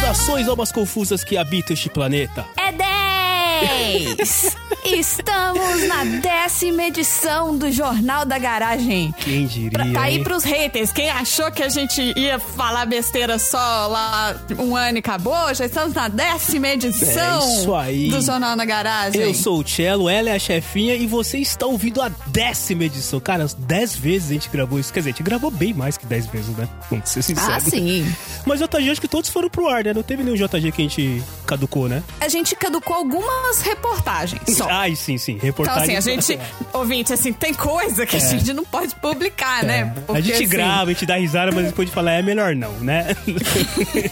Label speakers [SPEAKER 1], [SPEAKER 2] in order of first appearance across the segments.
[SPEAKER 1] corações almas confusas que habitam este planeta.
[SPEAKER 2] É 10! É Estamos na décima edição do Jornal da Garagem.
[SPEAKER 1] Quem diria?
[SPEAKER 2] Pra, tá aí
[SPEAKER 1] hein?
[SPEAKER 2] pros haters. Quem achou que a gente ia falar besteira só lá um ano e acabou? Já estamos na décima edição
[SPEAKER 1] É isso aí.
[SPEAKER 2] do Jornal da Garagem.
[SPEAKER 1] Eu sou o Cello, ela é a chefinha e você está ouvindo a décima edição. Cara, as dez vezes a gente gravou isso. Quer dizer, a gente gravou bem mais que dez vezes, né? Vamos ser sincero.
[SPEAKER 2] Ah, sim.
[SPEAKER 1] Mas JG, acho que todos foram pro ar, né? Não teve nenhum JG que a gente caducou, né?
[SPEAKER 2] A gente caducou algumas reportagens só.
[SPEAKER 1] Ai, sim, sim.
[SPEAKER 2] Então,
[SPEAKER 1] Reportagem.
[SPEAKER 2] assim, a gente, ouvinte, assim, tem coisa que a gente não pode publicar,
[SPEAKER 1] É.
[SPEAKER 2] né?
[SPEAKER 1] a
[SPEAKER 2] Porque,
[SPEAKER 1] gente
[SPEAKER 2] assim,
[SPEAKER 1] grava, a gente dá risada, mas depois de falar, é melhor não, né?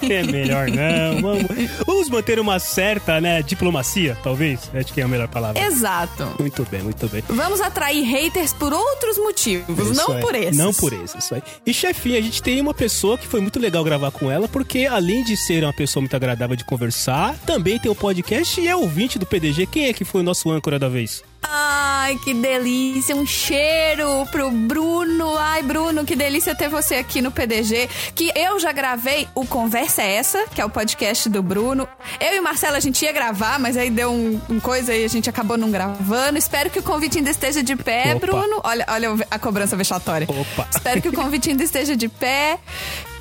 [SPEAKER 1] é melhor não. Vamos, vamos manter uma certa, né? Diplomacia, talvez. Acho que é a melhor palavra.
[SPEAKER 2] Exato.
[SPEAKER 1] Muito bem, muito bem.
[SPEAKER 2] Vamos atrair haters por outros motivos,
[SPEAKER 1] Isso
[SPEAKER 2] não
[SPEAKER 1] aí.
[SPEAKER 2] por esses.
[SPEAKER 1] Não por esses, isso aí. E chefinha, a gente tem uma pessoa que foi muito legal gravar com ela, porque além de ser uma pessoa muito agradável de conversar, também tem o podcast e é ouvinte do PDG. Quem é que foi o nosso âncora da vez?
[SPEAKER 2] Ai, que delícia! Um cheiro pro Bruno. Ai, Bruno, que delícia ter você aqui no PDG. Que eu já gravei o Conversa é Essa, que é o podcast do Bruno. Eu e Marcela, a gente ia gravar, mas aí deu um, um coisa e a gente acabou não gravando. Espero que o convite ainda esteja de pé,
[SPEAKER 1] Opa.
[SPEAKER 2] Bruno. Olha, olha a cobrança vexatória.
[SPEAKER 1] Opa.
[SPEAKER 2] Espero que o convite ainda esteja de pé.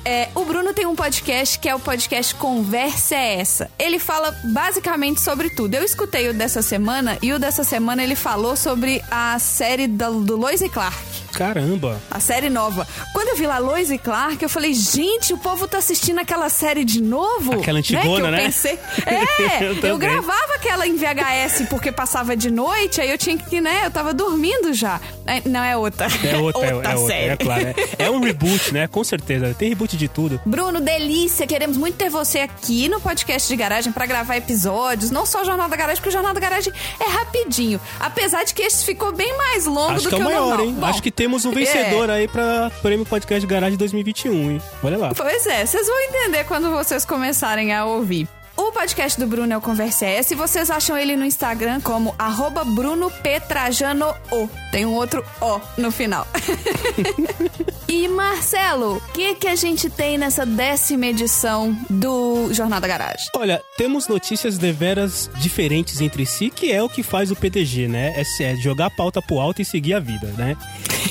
[SPEAKER 2] É, o Bruno tem um podcast que é o podcast Conversa é Essa. Ele fala basicamente sobre tudo. Eu escutei o dessa semana e o dessa semana ele falou sobre a série da- do Lois e Clark.
[SPEAKER 1] Caramba!
[SPEAKER 2] A série nova. Quando eu vi lá Lois e Clark, eu falei, gente, o povo tá assistindo aquela série de novo?
[SPEAKER 1] Aquela antigona,
[SPEAKER 2] Que
[SPEAKER 1] né?
[SPEAKER 2] eu pensei. É,
[SPEAKER 1] Eu
[SPEAKER 2] eu,
[SPEAKER 1] também.
[SPEAKER 2] gravava aquela em VHS porque passava de noite, aí eu tinha que, né, eu tava dormindo já. É, Não, é outra.
[SPEAKER 1] É outra, é- é, outra,
[SPEAKER 2] série.
[SPEAKER 1] é claro. É, é um reboot, né? Com certeza. Tem reboot de tudo.
[SPEAKER 2] Bruno, delícia! Queremos muito ter você aqui no podcast de garagem pra gravar episódios, não só o Jornal da Garagem, porque o Jornal da Garagem é rapidinho. Apesar de que esse ficou bem mais longo
[SPEAKER 1] Acho
[SPEAKER 2] do
[SPEAKER 1] que
[SPEAKER 2] que,
[SPEAKER 1] é o maior,
[SPEAKER 2] normal.
[SPEAKER 1] hein?
[SPEAKER 2] Bom, é.
[SPEAKER 1] Acho que temos um vencedor aí pra Prêmio Podcast Garage 2021, hein? Olha lá.
[SPEAKER 2] Pois é, vocês vão entender quando vocês começarem a ouvir. O podcast do Bruno é o Conversa é Essa e vocês acham ele no Instagram como arroba Bruno Petrajano O. Tem um outro O no final. e Marcelo, o que, que a gente tem nessa décima edição do Jornal da Garagem?
[SPEAKER 1] Olha, temos notícias deveras diferentes entre si, que é o que faz o PTG, né? É se- É jogar a pauta pro alto e seguir a vida, né?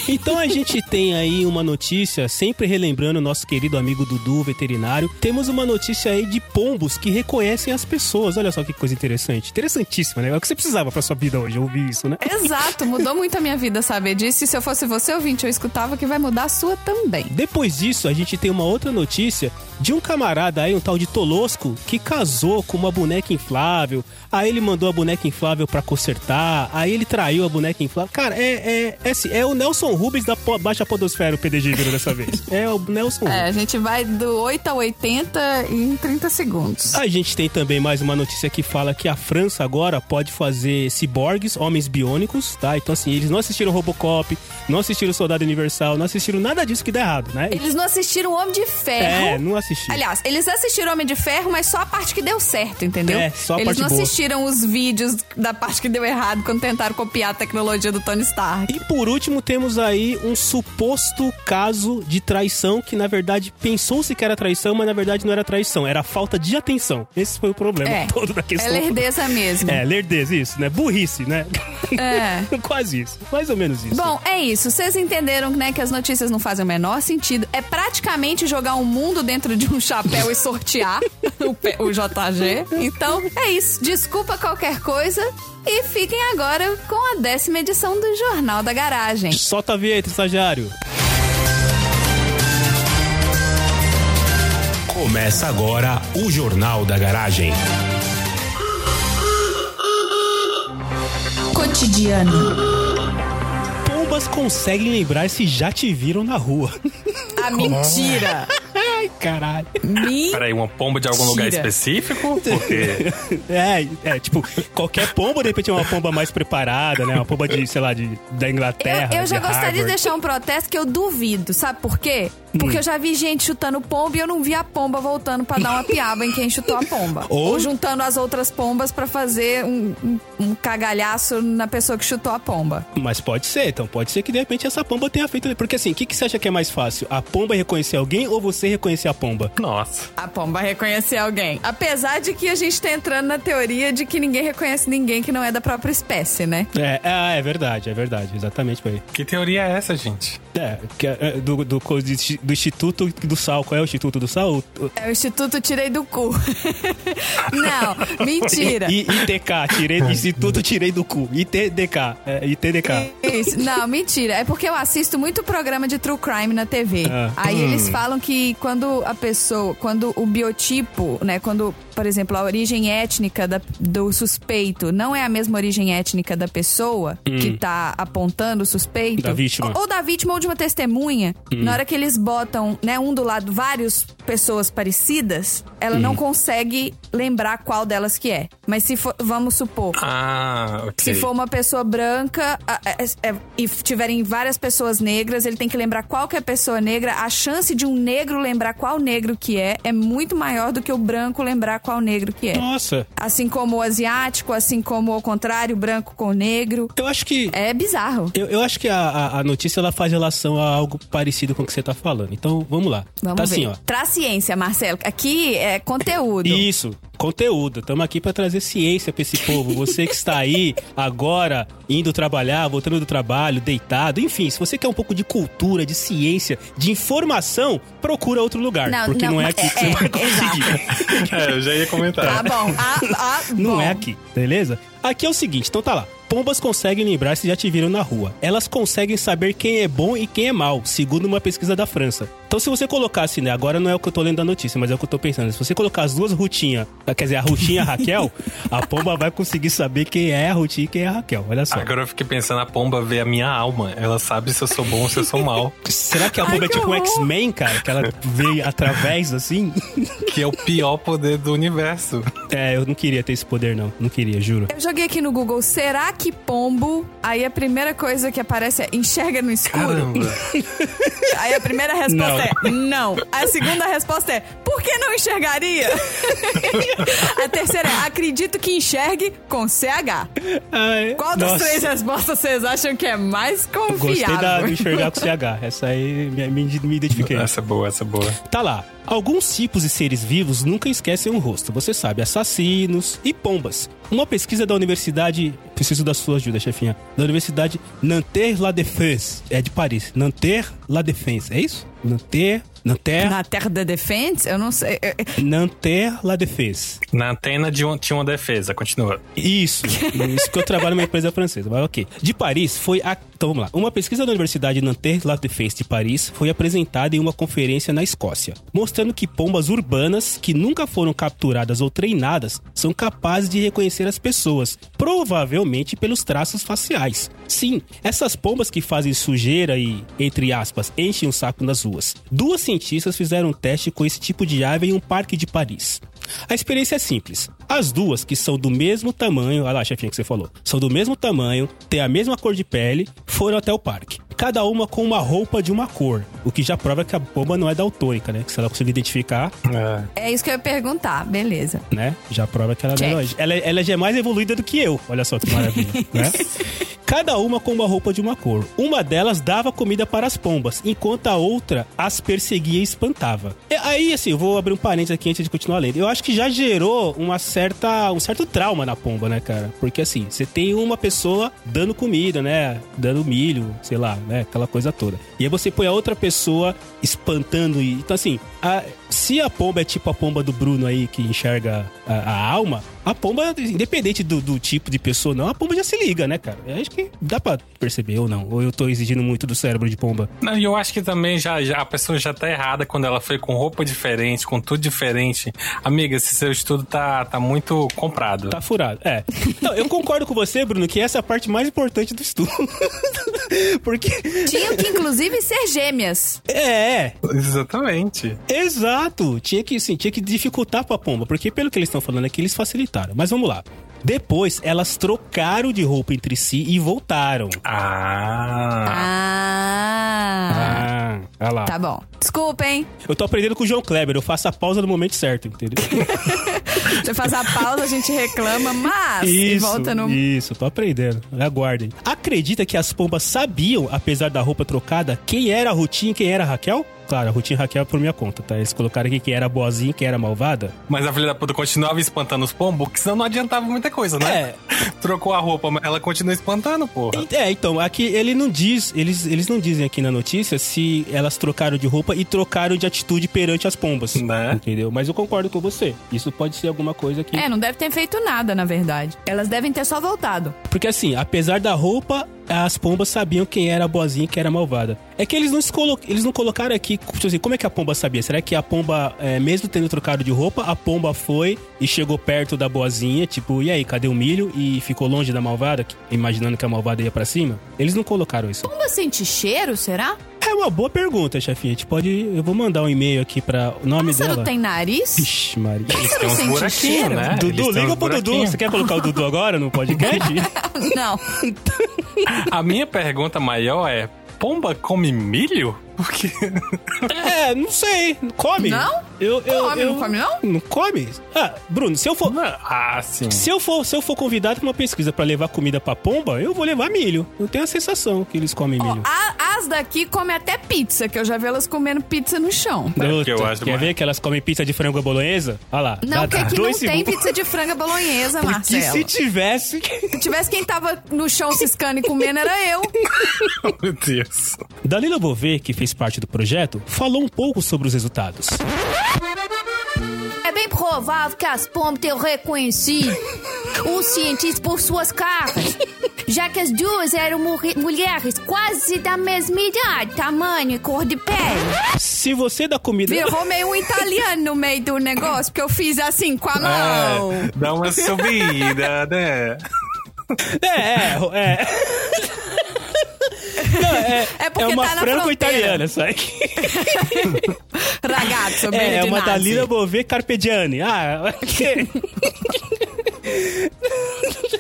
[SPEAKER 1] Então a gente tem aí uma notícia, sempre relembrando o nosso querido amigo Dudu, veterinário. Temos uma notícia aí de pombos que reconhecem as pessoas. Olha só que coisa interessante. Interessantíssima, né? É o que você precisava pra sua vida hoje, ouvir isso, né?
[SPEAKER 2] Exato, mudou muito a minha vida saber disso. E se eu fosse você, ouvinte, eu escutava que vai mudar a sua também.
[SPEAKER 1] Depois disso, a gente tem uma outra notícia de um camarada aí, um tal de Tolosco, que casou com uma boneca inflável. Aí ele mandou a boneca inflável pra consertar. Aí ele traiu a boneca inflável. Cara, é, é, é, assim, é o Nelson Rubens da po- Baixa Podosfera, o PDG virou dessa vez. É o Nelson
[SPEAKER 2] É,
[SPEAKER 1] Rubens.
[SPEAKER 2] a gente vai do 8 a 80 em 30 segundos.
[SPEAKER 1] A gente tem também mais uma notícia que fala que a França agora pode fazer ciborgues, homens biônicos, tá? Então, assim, eles não assistiram Robocop, não assistiram Soldado Universal, não assistiram nada disso que dá errado, né?
[SPEAKER 2] Eles não assistiram Homem de Ferro.
[SPEAKER 1] É, não assistiram.
[SPEAKER 2] Aliás, eles assistiram Homem de Ferro, mas só a parte que deu certo, entendeu?
[SPEAKER 1] É, só a
[SPEAKER 2] eles
[SPEAKER 1] parte
[SPEAKER 2] não
[SPEAKER 1] boa.
[SPEAKER 2] assistiram os vídeos da parte que deu errado quando tentaram copiar a tecnologia do Tony Stark.
[SPEAKER 1] E por último, temos aí um suposto caso de traição que, na verdade, pensou-se que era traição, mas na verdade não era traição, era falta de atenção. Esse foi o problema
[SPEAKER 2] É.
[SPEAKER 1] todo da
[SPEAKER 2] É
[SPEAKER 1] questão.
[SPEAKER 2] lerdeza mesmo.
[SPEAKER 1] É, lerdeza, isso, né? Burrice, né?
[SPEAKER 2] é.
[SPEAKER 1] Quase isso. Mais ou menos isso.
[SPEAKER 2] Bom, é isso. Vocês entenderam né, que as notícias não fazem o menor sentido. É praticamente jogar um mundo dentro de um chapéu e sortear o, P- o JG. Então, é isso. Desculpa qualquer coisa. E fiquem agora com a décima edição do Jornal da Garagem.
[SPEAKER 1] Solta a vinheta, estagiário.
[SPEAKER 3] Começa agora o Jornal da Garagem.
[SPEAKER 2] Cotidiano.
[SPEAKER 1] Pombas conseguem lembrar se já te viram na rua.
[SPEAKER 2] A Ah, mentira.
[SPEAKER 1] Ai, caralho.
[SPEAKER 2] mentira.
[SPEAKER 4] Peraí, uma pomba de algum
[SPEAKER 2] Tira.
[SPEAKER 4] lugar específico? Porque.
[SPEAKER 1] É, é, tipo, qualquer pomba, de repente, é uma pomba mais preparada, né? Uma pomba de, sei lá, de, da Inglaterra.
[SPEAKER 2] Eu, eu já
[SPEAKER 1] né? de
[SPEAKER 2] gostaria de
[SPEAKER 1] Harvard.
[SPEAKER 2] deixar um protesto que eu duvido. Sabe por quê? Porque eu já vi gente chutando pomba e eu não vi a pomba voltando pra dar uma piaba em quem chutou a pomba.
[SPEAKER 1] Ou-
[SPEAKER 2] Ou, juntando as outras pombas pra fazer um, um- um cagalhaço na pessoa que chutou a pomba.
[SPEAKER 1] Mas pode ser, então pode ser que de repente essa pomba tenha feito. Porque assim, o que, que você acha que é mais fácil? A pomba é reconhecer alguém ou você reconhecer a pomba?
[SPEAKER 4] Nossa.
[SPEAKER 2] A pomba reconhecer alguém. Apesar de que a gente tá entrando na teoria de que ninguém reconhece ninguém que não é da própria espécie, né?
[SPEAKER 1] É, ah, é verdade, é verdade, exatamente por aí.
[SPEAKER 4] Que teoria é essa, gente?
[SPEAKER 1] É, que é, é, do, do, co- de insti- do Instituto do Sal. Qual é o Instituto do Sal? O-
[SPEAKER 2] É o Instituto Tirei do Cu. não, mentira.
[SPEAKER 1] I, ITK, tirei, Instituto Tirei do Cu. ITDK, é, ITDK.
[SPEAKER 2] Isso. Não, mentira. É porque eu assisto muito programa de true crime na TV.
[SPEAKER 1] Ah.
[SPEAKER 2] Aí eles falam que quando a pessoa, quando o biotipo, né, quando, por exemplo, a origem étnica da- do suspeito não é a mesma origem étnica da pessoa que tá apontando o suspeito,
[SPEAKER 1] Hum. Da vítima. Hum.
[SPEAKER 2] ou da vítima ou de uma testemunha, na hora que eles botam, né, um do lado várias pessoas parecidas, ela
[SPEAKER 1] Hum.
[SPEAKER 2] não consegue lembrar qual delas que é. Mas se for, vamos supor,
[SPEAKER 4] Ah,
[SPEAKER 2] se
[SPEAKER 4] ok.
[SPEAKER 2] for uma pessoa branca a- a- é- e tiverem várias pessoas negras, ele tem que lembrar qual que é a pessoa negra. A chance de um negro lembrar qual negro que é é muito maior do que o branco lembrar qual negro que é.
[SPEAKER 1] Nossa,
[SPEAKER 2] Assim como o asiático, assim como ao contrário, branco com negro.
[SPEAKER 1] eu acho que.
[SPEAKER 2] É bizarro.
[SPEAKER 1] Eu, eu acho que a, a- a notícia ela faz relação a algo parecido com o que você tá falando. Então, vamos lá.
[SPEAKER 2] Vamos
[SPEAKER 1] tá
[SPEAKER 2] ver.
[SPEAKER 1] assim, ó.
[SPEAKER 2] Traz ciência, Marcelo. Aqui é conteúdo.
[SPEAKER 1] Isso, conteúdo. Estamos aqui para trazer ciência para esse povo. Você que está aí agora indo trabalhar, voltando do trabalho, deitado, enfim, se você quer um pouco de cultura, de ciência, de informação, procura outro lugar,
[SPEAKER 2] Não,
[SPEAKER 1] porque não,
[SPEAKER 2] não,
[SPEAKER 1] é aqui que você
[SPEAKER 2] é,
[SPEAKER 1] vai
[SPEAKER 2] é,
[SPEAKER 1] conseguir.
[SPEAKER 4] É, eu já ia
[SPEAKER 2] Tá
[SPEAKER 4] comentar.
[SPEAKER 2] bom. Ah, ah,
[SPEAKER 1] Não
[SPEAKER 2] bom.
[SPEAKER 1] é aqui, beleza? Aqui é o seguinte, então tá lá. Pombas conseguem lembrar se já te viram na rua. Elas conseguem saber quem é bom e quem é mal, segundo uma pesquisa da França. Então se você colocasse, né, agora não é o que eu tô lendo da notícia, mas é o que eu tô pensando. Se você colocar as duas Rutinhas, quer dizer, a Rutinha e a Raquel, a pomba vai conseguir saber quem é a Rutinha e quem é a Raquel. Olha só.
[SPEAKER 4] Agora eu fiquei pensando, a pomba vê a minha alma. Ela sabe se eu sou bom ou se eu sou mal.
[SPEAKER 1] Será que a
[SPEAKER 2] Ai,
[SPEAKER 1] pomba é
[SPEAKER 2] que
[SPEAKER 1] tipo um
[SPEAKER 2] horror.
[SPEAKER 1] X-Men, cara? Que ela veio através, assim?
[SPEAKER 4] Que é o pior poder do universo.
[SPEAKER 1] É, eu não queria ter esse poder, não. Não queria, juro.
[SPEAKER 2] Eu joguei aqui no Google, será que pombo? Aí a primeira coisa que aparece é enxerga no escuro.
[SPEAKER 4] Caramba.
[SPEAKER 2] Aí a primeira resposta é não. A segunda resposta é por que não enxergaria? a terceira é acredito que enxergue com CH.
[SPEAKER 1] Ai,
[SPEAKER 2] Qual das
[SPEAKER 1] nossa.
[SPEAKER 2] três respostas vocês acham que é mais
[SPEAKER 1] Gostei da,
[SPEAKER 2] confiável?
[SPEAKER 1] do enxergar com CH. Essa aí me, me- me identifiquei.
[SPEAKER 4] Essa é boa, essa é boa.
[SPEAKER 1] Tá lá. Alguns tipos de seres vivos nunca esquecem um rosto. Você sabe, assassinos e pombas. Uma pesquisa da Universidade. Preciso da sua ajuda, chefinha. Da Universidade Nanterre La Défense. É de Paris. Nanterre La Défense. É isso? Nanterre. Nanterre.
[SPEAKER 2] Na Terra da Defense? Eu não sei. Eu- eu-
[SPEAKER 1] Nanterre La Défense.
[SPEAKER 4] Na antena de um- tinha uma defesa, continua.
[SPEAKER 1] Isso, isso que eu trabalho numa empresa francesa, mas ok. De Paris foi a. Então vamos lá. Uma pesquisa da Universidade Nanterre La Défense de Paris foi apresentada em uma conferência na Escócia, mostrando que pombas urbanas que nunca foram capturadas ou treinadas são capazes de reconhecer as pessoas, provavelmente pelos traços faciais. Sim, essas pombas que fazem sujeira e, entre aspas, enchem o saco nas ruas. Duas cientistas fizeram um teste com esse tipo de ave em um parque de Paris. A experiência é simples. As duas, que são do mesmo tamanho, olha lá, chefinha que você falou, são do mesmo tamanho, têm a mesma cor de pele, foram até o parque. Cada uma com uma roupa de uma cor, o que já prova que a bomba não é daltônica, né? Que se ela conseguir identificar,
[SPEAKER 2] É isso que eu ia perguntar, beleza.
[SPEAKER 1] né? Já prova que ela não é
[SPEAKER 2] Check.
[SPEAKER 1] longe. Ela, ela já é mais evoluída do que eu. Olha só que maravilha, né? Cada uma com uma roupa de uma cor. Uma delas dava comida para as pombas, enquanto a outra as perseguia e espantava. E aí, assim, eu vou abrir um parênteses aqui antes de continuar lendo. Eu acho que já gerou uma certa, um certo trauma na pomba, né, cara? Porque, assim, você tem uma pessoa dando comida, né? Dando milho, sei lá, né? Aquela coisa toda. E aí você põe a outra pessoa espantando. E... Então, assim, a- se a pomba é tipo a pomba do Bruno aí, que enxerga a, a alma, a pomba, independente do, do tipo de pessoa ou não, a pomba já se liga, né, cara? Eu acho que dá pra perceber ou não. Ou eu tô exigindo muito do cérebro de pomba.
[SPEAKER 4] Não, e eu acho que também já, já- a pessoa já tá errada quando ela foi com roupa diferente, com tudo diferente. Amiga, esse seu estudo tá, tá muito comprado.
[SPEAKER 1] Tá furado. É. Não, eu concordo com você, Bruno, que essa é a parte mais importante do estudo. Porque.
[SPEAKER 2] Tinham que, inclusive, ser gêmeas.
[SPEAKER 1] É,
[SPEAKER 4] Exatamente.
[SPEAKER 1] Exato! Tinha que, sim, tinha que dificultar pra pomba, porque pelo que eles estão falando aqui, eles facilitaram. Mas vamos lá. Depois, elas trocaram de roupa entre si e voltaram.
[SPEAKER 4] Ah.
[SPEAKER 2] Ah.
[SPEAKER 1] Ah. Olha lá.
[SPEAKER 2] Tá bom. Desculpem.
[SPEAKER 1] Eu tô aprendendo com o João Kleber, eu faço a pausa no momento certo, entendeu?
[SPEAKER 2] Você faz a pausa, a gente reclama, mas. e
[SPEAKER 1] Isso,
[SPEAKER 2] Assim, volta no.
[SPEAKER 1] isso, tô aprendendo. Aguardem. Acredita que as pombas sabiam, apesar da roupa trocada, quem era a Rutinha e quem era a Raquel? Claro, a Rutinha e a Raquel é por minha conta, tá? Eles colocaram aqui quem era boazinha e quem era malvada.
[SPEAKER 4] Mas a filha da puta continuava espantando os pombos, que senão não adiantava muita coisa, né?
[SPEAKER 1] É.
[SPEAKER 4] Trocou a roupa, mas ela continua espantando, porra.
[SPEAKER 1] E- É, então, aqui ele não diz, eles, eles não dizem aqui na notícia se elas trocaram de roupa e trocaram de atitude perante as pombas.
[SPEAKER 4] Né?
[SPEAKER 1] Entendeu? Mas eu concordo com você. Isso pode ser alguma coisa que.
[SPEAKER 2] É, não deve ter feito nada, na verdade. Elas devem ter só voltado.
[SPEAKER 1] Porque assim, apesar da roupa, as pombas sabiam quem era boazinha e quem era malvada. É que eles não, se colo- eles não colocaram aqui, tipo assim, como é que a pomba sabia? Será que a pomba, é, mesmo tendo trocado de roupa, a pomba foi e chegou perto da boazinha, tipo, e aí, cadê o milho? E ficou longe da malvada, que- imaginando que a malvada ia pra cima? Eles não colocaram isso.
[SPEAKER 2] Pomba sente cheiro, será?
[SPEAKER 1] É uma boa pergunta, chefinha. A gente pode. Eu vou mandar um e-mail aqui pra. O nome
[SPEAKER 2] Pássaro
[SPEAKER 1] dela.
[SPEAKER 2] tem nariz?
[SPEAKER 1] Ixi, Maria.
[SPEAKER 2] Pássaro
[SPEAKER 4] Tem uns
[SPEAKER 2] sente
[SPEAKER 4] buraquinhos,
[SPEAKER 2] cheiro?
[SPEAKER 4] né? Eles
[SPEAKER 1] Dudu, liga
[SPEAKER 4] têm uns
[SPEAKER 1] pro Dudu.
[SPEAKER 4] buraquinhos.
[SPEAKER 1] Você quer colocar o Dudu agora no podcast?
[SPEAKER 2] Não.
[SPEAKER 4] A minha pergunta maior é: pomba come milho? Porque
[SPEAKER 1] É, não sei. Come.
[SPEAKER 2] Não?
[SPEAKER 1] Eu, eu,
[SPEAKER 2] Come,
[SPEAKER 1] eu-
[SPEAKER 2] não come, não?
[SPEAKER 1] Não come? Ah, Bruno, se eu for.
[SPEAKER 4] ah, sim.
[SPEAKER 1] Se eu, for, se eu for convidado pra uma pesquisa pra levar comida pra pomba, eu vou levar milho. Eu tenho a sensação que eles comem
[SPEAKER 2] Ó,
[SPEAKER 1] milho.
[SPEAKER 2] a- as daqui comem até pizza, que eu já vi elas comendo pizza no chão.
[SPEAKER 1] Puta,
[SPEAKER 4] É, porque eu acho
[SPEAKER 1] quer
[SPEAKER 4] mais-
[SPEAKER 1] ver que elas comem pizza de frango à bolonhesa? Olha lá.
[SPEAKER 2] Não,
[SPEAKER 1] dá-
[SPEAKER 2] porque aqui não
[SPEAKER 1] dois
[SPEAKER 2] tem
[SPEAKER 1] segundos.
[SPEAKER 2] pizza de franga bolonhesa,
[SPEAKER 1] Porque
[SPEAKER 2] Marcelo.
[SPEAKER 1] se tivesse.
[SPEAKER 2] Se tivesse quem tava no chão ciscando e comendo, era eu.
[SPEAKER 4] Meu Deus.
[SPEAKER 1] Dalila Bové, que fez parte do projeto, falou um pouco sobre os resultados.
[SPEAKER 2] É bem provável que as pombas tenham reconhecido os cientistas por suas caras, já que as duas eram mulhe- mulheres quase da mesma idade, tamanho e cor de pele.
[SPEAKER 1] Se você dá comida.
[SPEAKER 2] Virou meio um italiano no meio do negócio, porque eu fiz assim com a
[SPEAKER 1] Ah,
[SPEAKER 2] mão.
[SPEAKER 4] É, dá uma subida, né?
[SPEAKER 1] É, é, é. Não, é,
[SPEAKER 2] É porque
[SPEAKER 1] é uma
[SPEAKER 2] tá na fronteira.
[SPEAKER 1] franco-italiana, sabe?
[SPEAKER 2] Ragazzo, bene
[SPEAKER 1] É, é
[SPEAKER 2] di
[SPEAKER 1] uma
[SPEAKER 2] nazi.
[SPEAKER 1] Dalila Bové Carpediani. Ah,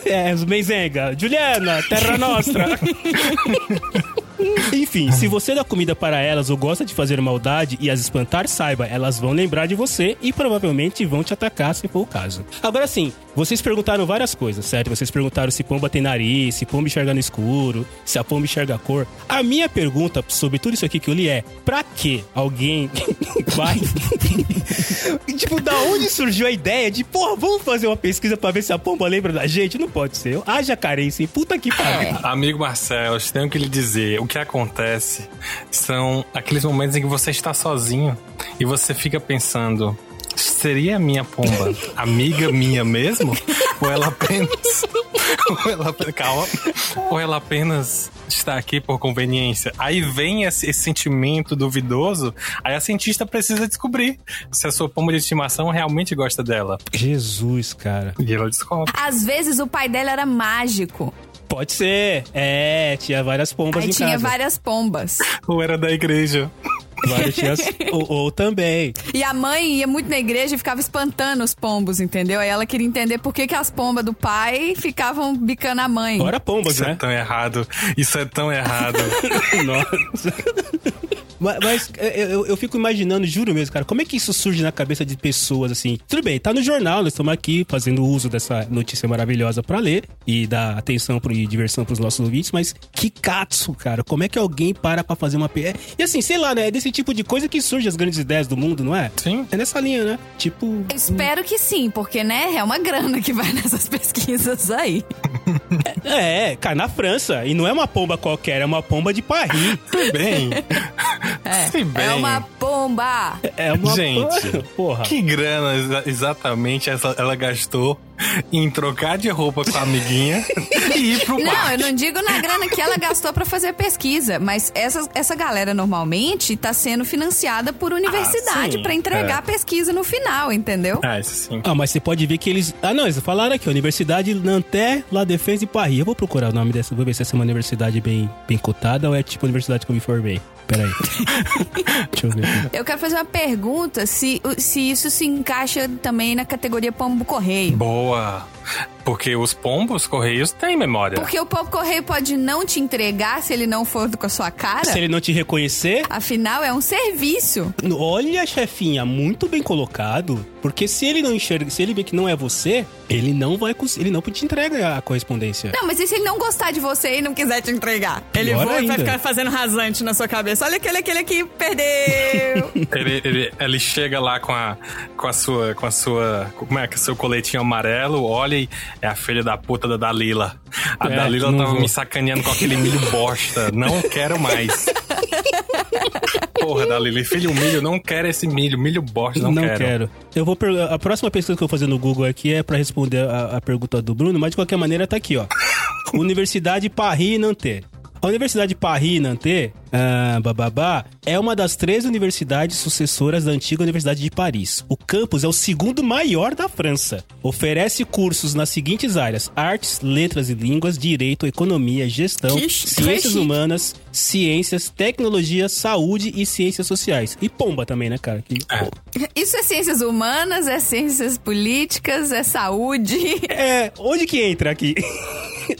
[SPEAKER 1] é, os Benzenga. Juliana, Terra Nostra. Enfim, se você dá comida para elas ou gosta de fazer maldade e as espantar, saiba, elas vão lembrar de você e provavelmente vão te atacar se for o caso. Agora sim, vocês perguntaram várias coisas, certo? Vocês perguntaram se pomba tem nariz, se pomba enxerga no escuro, se a pomba enxerga a cor. A minha pergunta sobre tudo isso aqui que eu li é: pra que alguém vai. tipo, da onde surgiu a ideia de, porra, vamos fazer uma pesquisa pra ver se a pomba lembra da gente? Não pode ser. Haja carência, hein? Puta que pariu.
[SPEAKER 4] Amigo Marcelo, eu tenho que lhe dizer: o que acontece são aqueles momentos em que você está sozinho e você fica pensando. Seria a minha pomba amiga minha mesmo? Ou ela apenas. Ou ela, calma. Ou ela apenas está aqui por conveniência? Aí vem esse, esse sentimento duvidoso, aí a cientista precisa descobrir se a sua pomba de estimação realmente gosta dela.
[SPEAKER 1] Jesus, cara.
[SPEAKER 4] E ela descobre.
[SPEAKER 2] Às vezes o pai dela era mágico.
[SPEAKER 1] Pode ser. É, tinha várias pombas
[SPEAKER 2] Aí
[SPEAKER 1] em
[SPEAKER 2] tinha
[SPEAKER 1] casa.
[SPEAKER 2] várias pombas.
[SPEAKER 4] Ou era da igreja.
[SPEAKER 1] Várias tinhas- ou, ou também.
[SPEAKER 2] E a mãe ia muito na igreja e ficava espantando os pombos, entendeu? Aí ela queria entender por que, que as pombas do pai ficavam bicando a mãe.
[SPEAKER 1] Fora pombas,
[SPEAKER 4] Isso é
[SPEAKER 1] né?
[SPEAKER 4] tão errado. Isso é tão errado.
[SPEAKER 1] Nossa. Mas, mas, é, eu, eu fico imaginando, juro mesmo, cara, como é que isso surge na cabeça de pessoas assim? Tudo bem, tá no jornal, nós estamos aqui fazendo uso dessa notícia maravilhosa pra ler e dar atenção pro, e diversão pros nossos ouvintes, mas que catso, cara. Como é que alguém para pra fazer uma. pe- é- E assim, sei lá, né? É desse tipo de coisa que surgem as grandes ideias do mundo, não é?
[SPEAKER 4] Sim.
[SPEAKER 1] É nessa linha, né? Tipo.
[SPEAKER 2] Eu espero que sim, porque, né, é uma grana que vai nessas pesquisas aí.
[SPEAKER 1] É, cara, na França. E não é uma pomba qualquer, é uma pomba de Paris.
[SPEAKER 4] Se Tá bem.
[SPEAKER 2] É,
[SPEAKER 4] Se bem.
[SPEAKER 2] é uma pomba!
[SPEAKER 1] É uma
[SPEAKER 4] Gente.
[SPEAKER 1] Porra.
[SPEAKER 4] Que grana exa- exatamente essa, ela gastou em trocar de roupa com a amiguinha e ir pro
[SPEAKER 2] Não, eu
[SPEAKER 4] parque?
[SPEAKER 2] não digo na grana que ela gastou pra fazer pesquisa, mas essa, essa galera normalmente tá sendo financiada por universidade
[SPEAKER 4] Ah, sim, É.
[SPEAKER 2] pra entregar a pesquisa no final, entendeu?
[SPEAKER 4] Ah, isso sim.
[SPEAKER 1] Ah, mas você pode ver que eles. Ah, não, eles falaram aqui, Universidade Nanterre, La Défense e Paris. Eu vou procurar o nome dessa, vou ver se essa é uma universidade bem, bem cotada ou é tipo a universidade que eu me formei. Peraí. Deixa eu ver aqui.
[SPEAKER 2] Eu quero fazer uma pergunta se, se isso se encaixa também na categoria pombo correio.
[SPEAKER 4] Boa. Porque os pombos correios têm
[SPEAKER 5] É.
[SPEAKER 4] memória.
[SPEAKER 2] Porque o povo correio pode não te entregar se ele não for com a sua cara.
[SPEAKER 1] Se ele não te reconhecer,
[SPEAKER 2] Afinal, é um serviço.
[SPEAKER 1] olha, chefinha, muito bem colocado. Porque se ele não enxerga, se ele vê que não é você, ele não vai cons- ele não te entrega a correspondência.
[SPEAKER 2] Não, mas e se ele não gostar de você e não quiser te entregar?
[SPEAKER 5] Ele
[SPEAKER 1] Pior
[SPEAKER 5] voa e vai
[SPEAKER 1] ainda.
[SPEAKER 5] ficar fazendo rasante na sua cabeça. Olha aquele, aquele aqui, perdeu.
[SPEAKER 4] Ele, ele, ele chega lá com a, com a sua. com a sua. Como é que é? Seu coletinho amarelo, olha e é a filha da puta da Dalila. A
[SPEAKER 1] É,
[SPEAKER 4] Dalila
[SPEAKER 1] não
[SPEAKER 4] tava
[SPEAKER 1] vou.
[SPEAKER 4] me sacaneando com aquele milho bosta. Não quero mais. Porra, Dalila, filho milho, não quero esse milho. Milho bosta, não, quero.
[SPEAKER 1] Eu vou per- a próxima pesquisa que eu vou fazer no Google aqui é pra responder a, a pergunta do Bruno, mas de qualquer maneira tá aqui, ó. Universidade Paris Nantes. A Universidade Paris Nantes, ah, bababá, é uma das três universidades sucessoras da antiga Universidade de Paris. O campus é o segundo maior da França. Oferece cursos nas seguintes áreas: artes, letras e línguas, direito, economia, gestão,
[SPEAKER 5] Que chique.
[SPEAKER 1] ciências humanas, ciências, tecnologia, saúde e ciências sociais. E pomba também, né, cara? Que-
[SPEAKER 4] É.
[SPEAKER 2] Isso é ciências humanas, é ciências políticas, é saúde.
[SPEAKER 1] É, onde que entra aqui?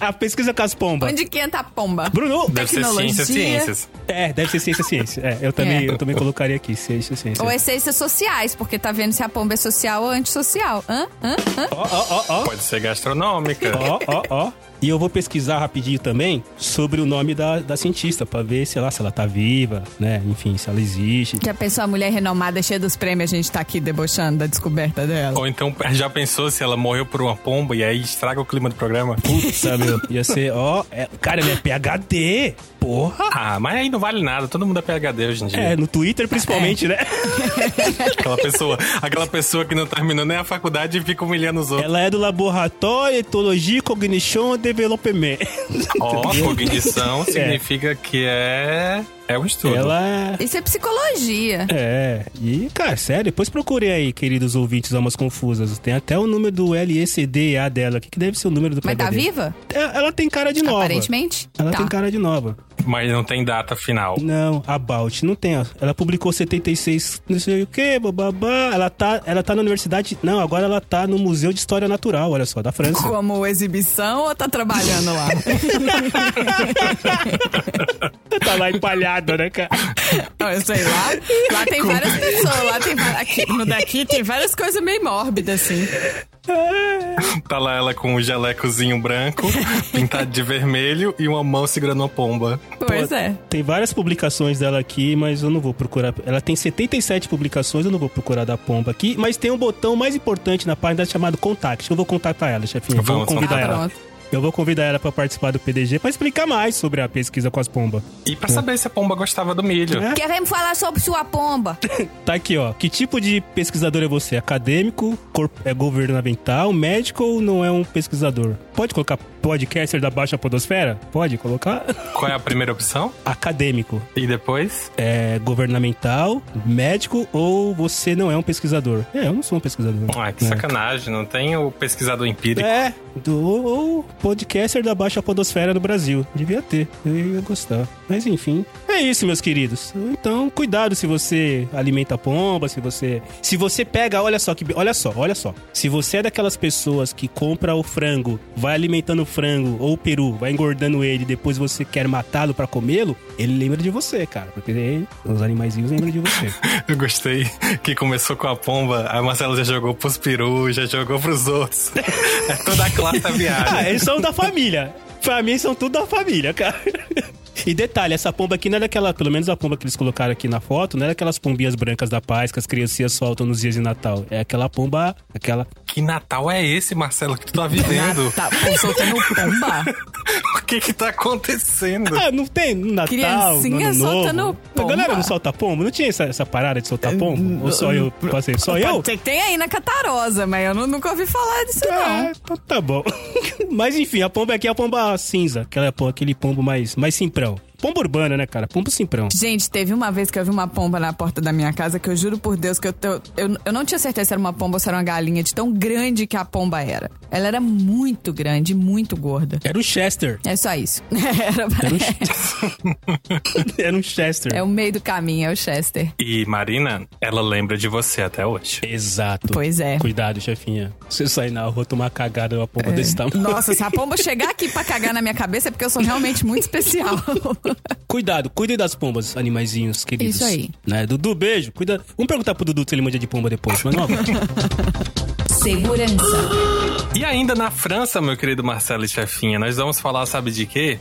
[SPEAKER 1] A pesquisa com as pombas.
[SPEAKER 2] Onde que entra a pomba?
[SPEAKER 1] Bruno?
[SPEAKER 4] Deve ser
[SPEAKER 2] Tecnologia.
[SPEAKER 4] ciências, ciências.
[SPEAKER 1] É, deve ser ciência, ciência. É, eu também,
[SPEAKER 2] É.
[SPEAKER 1] Eu também colocaria aqui, ciência, ciência.
[SPEAKER 2] Ou é ciências sociais, porque tá vendo se a pomba é social ou antissocial. Hã? Hã? Hã?
[SPEAKER 1] Ó, ó, ó, ó.
[SPEAKER 4] Pode ser gastronômica.
[SPEAKER 1] Ó, ó, ó. E eu vou pesquisar rapidinho também sobre o nome da, da cientista, pra ver, sei lá, se ela tá viva, né? Enfim, se ela existe.
[SPEAKER 2] Já pensou a mulher renomada cheia dos prêmios, a gente tá aqui debochando da descoberta dela?
[SPEAKER 4] Ou então, já pensou se ela morreu por uma pomba e aí estraga o clima do programa?
[SPEAKER 1] Putz, meu. Ia ser, ó. é- cara, ele é PHD. Porra.
[SPEAKER 4] Ah, mas aí não vale nada, todo mundo é PHD hoje em dia.
[SPEAKER 1] É, no Twitter principalmente,
[SPEAKER 2] É.
[SPEAKER 1] né?
[SPEAKER 4] Aquela pessoa, aquela pessoa que não terminou nem a faculdade e fica humilhando os outros.
[SPEAKER 1] Ela é do Laboratório Etologia Cognition Development.
[SPEAKER 4] Ó, cognição significa que é é um estudo.
[SPEAKER 1] É. Ela
[SPEAKER 2] Isso é psicologia.
[SPEAKER 1] É, e, cara, sério, depois procurei aí, queridos ouvintes, almas confusas. Tem até o número do LECDA dela aqui, que deve ser o número do
[SPEAKER 2] Mas tá
[SPEAKER 1] PHD.
[SPEAKER 2] viva?
[SPEAKER 1] É, Ela tem cara de nova.
[SPEAKER 2] Aparentemente?
[SPEAKER 1] Ela
[SPEAKER 2] tá.
[SPEAKER 1] tem cara de nova.
[SPEAKER 4] Mas não tem data final.
[SPEAKER 1] Não, About, não tem. ó. Ela publicou 76, não sei o que, bababá. Ela tá, ela tá na universidade. Não, agora ela tá no Museu de História Natural, olha só, da França.
[SPEAKER 2] Como exibição ou tá trabalhando lá?
[SPEAKER 1] tá lá empalhada, né, cara?
[SPEAKER 5] Não, eu sei lá.
[SPEAKER 2] Lá tem várias pessoas, lá tem va- aqui.
[SPEAKER 5] No daqui tem várias coisas meio mórbidas, assim.
[SPEAKER 4] Tá lá ela com um jalecozinho branco, pintado de vermelho e uma mão segurando uma pomba.
[SPEAKER 2] Pois é.
[SPEAKER 1] Tem várias publicações dela aqui, mas eu não vou procurar. Ela tem 77 publicações, eu não vou procurar da pomba aqui. Mas tem um botão mais importante na página chamado Contact. Eu vou contatar ela, chefinho. Eu vou
[SPEAKER 4] Vamos,
[SPEAKER 1] convidar
[SPEAKER 2] vamos. Ah,
[SPEAKER 1] ela.
[SPEAKER 2] pronto.
[SPEAKER 1] Eu vou convidar ela pra participar do PDG pra explicar mais sobre a pesquisa com as pombas.
[SPEAKER 4] E pra saber se a pomba gostava do milho.
[SPEAKER 1] É.
[SPEAKER 2] Queremos falar sobre sua pomba.
[SPEAKER 1] Tá aqui, ó. Que tipo de pesquisador é você? Acadêmico? Corp... É governamental? Médico ou não é um pesquisador? Pode colocar podcaster da baixa podosfera? Pode colocar.
[SPEAKER 4] Qual é a primeira opção?
[SPEAKER 1] Acadêmico.
[SPEAKER 4] E depois?
[SPEAKER 1] é governamental, médico ou você não é um pesquisador? É, eu não sou um pesquisador.
[SPEAKER 4] Ah, que sacanagem, não tem o pesquisador empírico.
[SPEAKER 1] É, do ou podcaster da baixa podosfera do Brasil. Devia ter, eu ia gostar. Mas enfim, é isso, meus queridos. Então, cuidado se você alimenta a pomba, se você... Se você pega, olha só, que, olha só, olha só. Se você é daquelas pessoas que compra o frango, vai alimentando o frango ou o peru, vai engordando ele, depois você quer matá-lo pra comê-lo, ele lembra de você, cara. Porque ele- os animaizinhos lembram de você.
[SPEAKER 4] Eu gostei que começou com a pomba, a Marcela já jogou pros perus, já jogou pros outros. É toda a classe da
[SPEAKER 1] Ah,
[SPEAKER 4] viagem.
[SPEAKER 1] eles são da família. Pra mim, são tudo da família, cara. E detalhe, essa pomba aqui não era aquela, pelo menos a pomba que eles colocaram aqui na foto, não era aquelas pombinhas brancas da paz que as criancinhas soltam nos dias de Natal. É aquela pomba, aquela.
[SPEAKER 4] Que Natal é esse, Marcelo, que tu tá vivendo?
[SPEAKER 5] Tá, pô, soltando pomba.
[SPEAKER 4] O que que tá acontecendo?
[SPEAKER 1] Ah, não tem no Natal.
[SPEAKER 2] Criancinha
[SPEAKER 1] no ano novo.
[SPEAKER 2] soltando
[SPEAKER 1] A galera
[SPEAKER 2] pomba.
[SPEAKER 1] não solta pombo? Não tinha essa, essa parada de soltar pombo? Ou só eu passei? Só eu?
[SPEAKER 2] Tem, tem aí na Catarosa, mas eu nu- nunca ouvi falar disso,
[SPEAKER 1] Ah,
[SPEAKER 2] não.
[SPEAKER 1] então tá bom. Mas enfim, a pomba aqui é a pomba cinza, aquela, aquele pombo mais, mais simprão. Pomba urbana, né, cara? Pombo simprão.
[SPEAKER 5] Gente, teve uma vez que eu vi uma pomba na porta da minha casa que eu juro por Deus que eu, tô- eu, eu não tinha certeza se era uma pomba ou se era uma galinha, de tão grande que a pomba era. Ela era muito grande, muito gorda.
[SPEAKER 1] Era um Chester.
[SPEAKER 5] É só isso. Era-
[SPEAKER 1] Era um Chester. Era um Chester.
[SPEAKER 5] é o meio do caminho, é o Chester.
[SPEAKER 4] E Marina, ela lembra de você até hoje.
[SPEAKER 1] Exato.
[SPEAKER 5] Pois é.
[SPEAKER 1] Cuidado, chefinha. Se eu sair na rua tomar cagada uma pomba desse tamanho.
[SPEAKER 5] Nossa, se a pomba chegar aqui pra cagar na minha cabeça é porque eu sou realmente muito especial.
[SPEAKER 1] Cuidado, cuidem das pombas, animaizinhos queridos.
[SPEAKER 5] Isso aí.
[SPEAKER 1] Né? Dudu, beijo. Cuida. Vamos perguntar pro Dudu se ele manja de pomba depois, mas não.
[SPEAKER 6] Segurança.
[SPEAKER 4] E ainda na França, meu querido Marcelo e Chefinha, nós vamos falar, sabe de quê?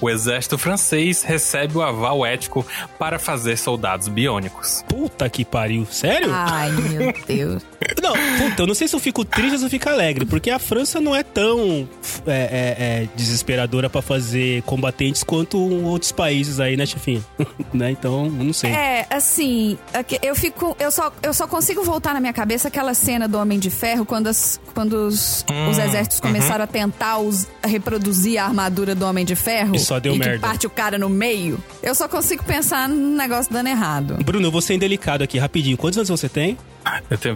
[SPEAKER 4] O exército francês recebe o aval ético para fazer soldados biônicos.
[SPEAKER 1] Puta que pariu. Sério?
[SPEAKER 5] Ai, meu Deus.
[SPEAKER 1] Não, puta, eu não sei se eu fico triste ou se eu fico alegre, porque a França não é tão é, é, é, desesperadora pra fazer combatentes quanto um outros países aí, né, chefinha? né? Então, eu não sei.
[SPEAKER 2] É, assim, aqui- eu fico. Eu só, eu só consigo voltar na minha cabeça aquela cena do Homem de Ferro quando, as- quando os,
[SPEAKER 1] Hum,
[SPEAKER 2] os exércitos
[SPEAKER 1] uhum.
[SPEAKER 2] começaram a tentar os- a reproduzir a armadura do Homem de Ferro.
[SPEAKER 1] E só deu
[SPEAKER 2] que
[SPEAKER 1] merda.
[SPEAKER 2] parte o cara no meio. Eu só consigo pensar num negócio dando errado.
[SPEAKER 1] Bruno, eu vou ser indelicado aqui, rapidinho. Quantos anos você tem?
[SPEAKER 4] Eu tenho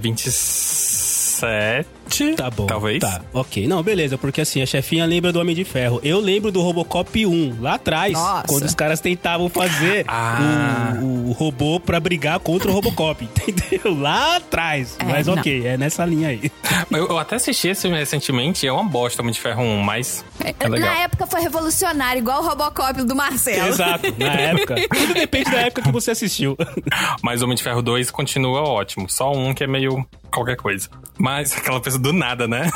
[SPEAKER 4] 27.
[SPEAKER 1] Tá bom.
[SPEAKER 4] Talvez.
[SPEAKER 1] Tá, ok. Não, beleza, porque assim, a chefinha lembra do Homem de Ferro. Eu lembro do Robocop 1, lá atrás,
[SPEAKER 5] Nossa.
[SPEAKER 1] quando os caras tentavam fazer
[SPEAKER 4] Ah.
[SPEAKER 1] o, o robô pra brigar contra o Robocop, entendeu? Lá atrás. Mas
[SPEAKER 5] não.
[SPEAKER 1] ok, é nessa linha aí.
[SPEAKER 4] Eu, eu até assisti esse filme recentemente, é uma bosta, Homem de Ferro 1, mas é legal.
[SPEAKER 2] Na época foi revolucionário, igual o Robocop do
[SPEAKER 5] É
[SPEAKER 2] Marcelo.
[SPEAKER 1] Exato, na época. Tudo depende da época que você assistiu.
[SPEAKER 4] Mas Homem de Ferro 2 continua ótimo. Só um que é meio qualquer coisa. Mas aquela pessoa do nada, né?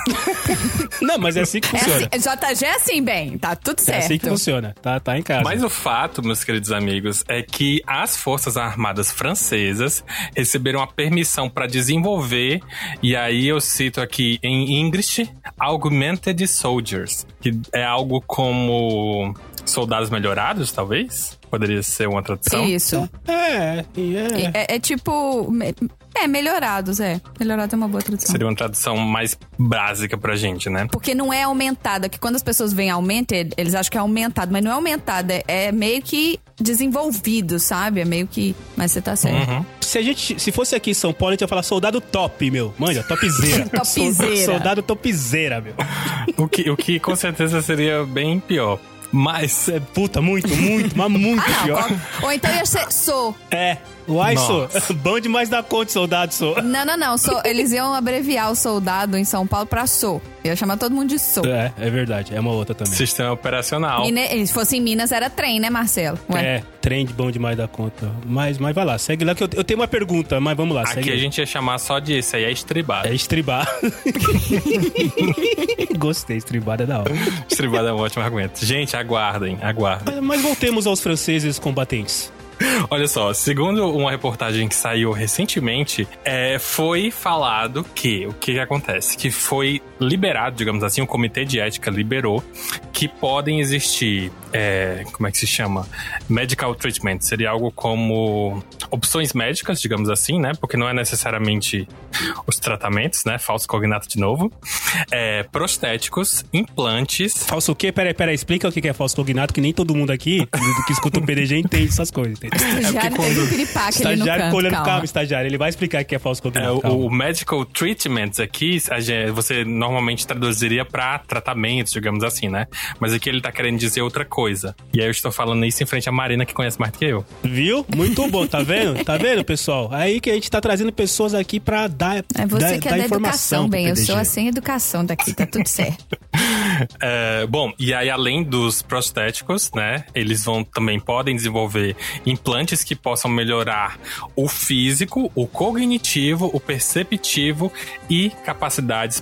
[SPEAKER 1] Não, mas é assim que
[SPEAKER 5] É assim,
[SPEAKER 1] funciona.
[SPEAKER 5] JG é assim, bem. Tá tudo
[SPEAKER 1] É
[SPEAKER 5] certo.
[SPEAKER 1] assim que funciona. Tá, tá em casa.
[SPEAKER 4] Mas o fato, meus queridos amigos, é que as Forças Armadas Francesas receberam a permissão para desenvolver, e aí eu cito aqui em English, Augmented Soldiers, que é algo como soldados melhorados, talvez? Poderia ser uma tradução.
[SPEAKER 5] Isso.
[SPEAKER 1] É, e é.
[SPEAKER 2] É, é tipo. me- É, melhorados, é. Melhorado é uma boa tradução.
[SPEAKER 4] Seria uma tradução mais básica pra gente, né?
[SPEAKER 2] Porque não é aumentada, que quando as pessoas veem augmented, eles acham que é aumentado, mas não é aumentada, é meio que desenvolvido, sabe? É meio que. Mas você tá certo.
[SPEAKER 1] Se a gente, se fosse aqui em São Paulo, a gente ia falar soldado top, meu. Manja, topzera.
[SPEAKER 5] Topzera.
[SPEAKER 1] Soldado topzera, meu.
[SPEAKER 4] O que, o que com certeza seria bem pior. Mas
[SPEAKER 1] É, puta, muito, muito, mas muito
[SPEAKER 2] Ah, não.
[SPEAKER 1] pior.
[SPEAKER 2] qual- Ou então ia ser sou.
[SPEAKER 1] É. Uai, sou.
[SPEAKER 4] Nossa.
[SPEAKER 1] Bom demais da conta, soldado, sou.
[SPEAKER 2] Não, não, não. Sou. Eles iam abreviar o soldado em São Paulo pra sou. Ia chamar todo mundo de sou.
[SPEAKER 1] É, é verdade. É uma outra também.
[SPEAKER 4] sistema operacional.
[SPEAKER 2] E ne- se fosse em Minas era trem, né, Marcelo? Ué.
[SPEAKER 1] É, trem de bom demais da conta. Mas, mas vai lá, segue lá que eu, eu tenho uma pergunta, mas vamos lá, segue
[SPEAKER 4] Aqui
[SPEAKER 1] lá.
[SPEAKER 4] a gente ia chamar só de isso aí é estribado.
[SPEAKER 1] É estribar. Gostei, estribada é da hora.
[SPEAKER 4] Estribado é um ótimo argumento. Gente, aguardem, aguardem.
[SPEAKER 1] Mas- Mas voltemos aos franceses combatentes.
[SPEAKER 4] Olha só, segundo uma reportagem que saiu recentemente, é, foi falado que o que, que acontece? Que foi liberado, digamos assim, o comitê de ética liberou que podem existir. é, como é que se chama? Medical treatment. Seria algo como opções médicas, digamos assim, né? Porque não é necessariamente os tratamentos, né? Falso cognato de novo. É, prostéticos, implantes.
[SPEAKER 1] Falso o quê? Peraí, peraí, explica o que que é falso cognato, que nem todo mundo aqui do que escuta o PDG entende essas coisas. Entende?
[SPEAKER 2] Já
[SPEAKER 4] porque
[SPEAKER 2] teve
[SPEAKER 4] quando-
[SPEAKER 2] um piripaque ali no
[SPEAKER 1] É Estagiário ficou
[SPEAKER 2] canto,
[SPEAKER 1] olhando, calma,
[SPEAKER 2] calma.
[SPEAKER 1] estagiário, ele vai explicar o que é falso
[SPEAKER 4] É,
[SPEAKER 1] cognato.
[SPEAKER 4] o,
[SPEAKER 1] calma.
[SPEAKER 4] o medical treatments aqui, a gen- você normalmente traduziria pra tratamentos, digamos assim, né? Mas aqui ele tá querendo dizer outra coisa. E aí eu estou falando isso em frente à Marina, que conhece mais do que eu.
[SPEAKER 1] Viu? Muito bom, tá vendo? Tá vendo, pessoal? Aí que a gente tá trazendo pessoas aqui pra dar
[SPEAKER 2] É você
[SPEAKER 1] dar-
[SPEAKER 2] que
[SPEAKER 1] dar
[SPEAKER 2] é da
[SPEAKER 1] informação
[SPEAKER 2] educação, bem.
[SPEAKER 1] pro
[SPEAKER 2] Eu sou assim.
[SPEAKER 1] PDG.
[SPEAKER 2] a sem educação daqui, tá tudo certo.
[SPEAKER 4] É, bom, e aí além dos prostéticos, né? Eles vão também podem desenvolver implantes que possam melhorar o físico, o cognitivo, o perceptivo e capacidades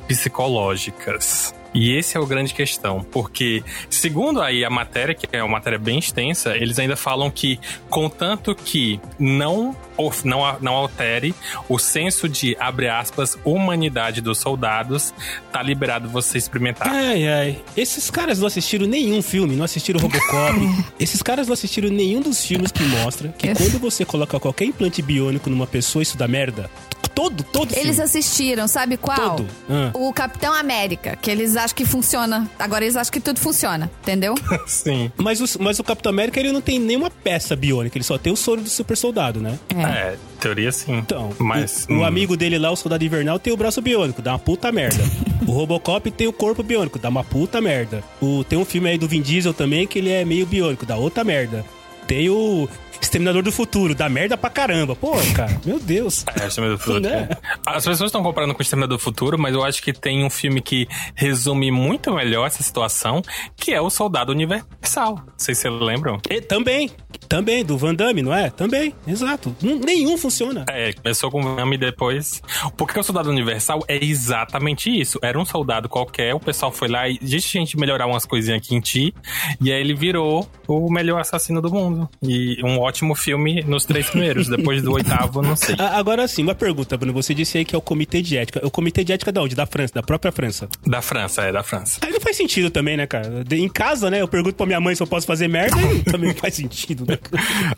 [SPEAKER 4] psicológicas. E esse é o grande questão, porque segundo aí a matéria, que é uma matéria bem extensa, eles ainda falam que contanto que não of- não, a- não altere o senso de abre aspas humanidade dos soldados, tá liberado você experimentar.
[SPEAKER 1] Ai, ai. Esses caras não assistiram nenhum filme, não assistiram Robocop. Esses caras não assistiram nenhum dos filmes que mostra que quando você coloca qualquer implante biônico numa pessoa, isso dá merda. Todo, todo
[SPEAKER 2] Eles
[SPEAKER 1] filme.
[SPEAKER 2] assistiram, sabe qual?
[SPEAKER 1] Todo. Ah.
[SPEAKER 2] O Capitão América, que eles acham que funciona. Agora eles acham que tudo funciona, entendeu?
[SPEAKER 4] Sim.
[SPEAKER 1] Mas, os- mas o Capitão América, ele não tem nenhuma peça biônica. Ele só tem o soro do super soldado, né?
[SPEAKER 4] É, teoria sim.
[SPEAKER 1] Então,
[SPEAKER 4] mas.
[SPEAKER 1] o, o
[SPEAKER 4] hum,
[SPEAKER 1] amigo dele lá, o soldado invernal, tem o braço biônico, dá uma puta merda. o Robocop tem o corpo biônico, dá uma puta merda. O, tem um filme aí do Vin Diesel também que ele é meio biônico, dá outra merda. Tem o Exterminador do Futuro, dá merda pra caramba. Pô, cara, meu Deus.
[SPEAKER 4] É, o Exterminador do Futuro.
[SPEAKER 1] Né?
[SPEAKER 4] As pessoas estão comparando com o Exterminador do Futuro, mas eu acho que tem um filme que resume muito melhor essa situação, que é o Soldado Universal. Não sei se vocês lembram.
[SPEAKER 1] E também, também, do Van Damme, não é? Também, exato. Nun- Nenhum funciona.
[SPEAKER 4] É, começou com o Nami depois. Porque o Soldado Universal é exatamente isso. Era um soldado qualquer, o pessoal foi lá e disse a gente melhorar umas coisinhas aqui em ti. E aí ele virou o melhor assassino do mundo. E um ótimo filme nos três primeiros. depois do oitavo, não sei.
[SPEAKER 1] A- Agora sim, uma pergunta, Bruno. Você disse aí que é o comitê de ética. O comitê de ética da onde? Da França, da própria França.
[SPEAKER 4] Da França, é, da França.
[SPEAKER 1] Aí não faz sentido também, né, cara? De- Em casa, né, eu pergunto pra minha mãe se eu posso fazer merda e também não faz sentido, né?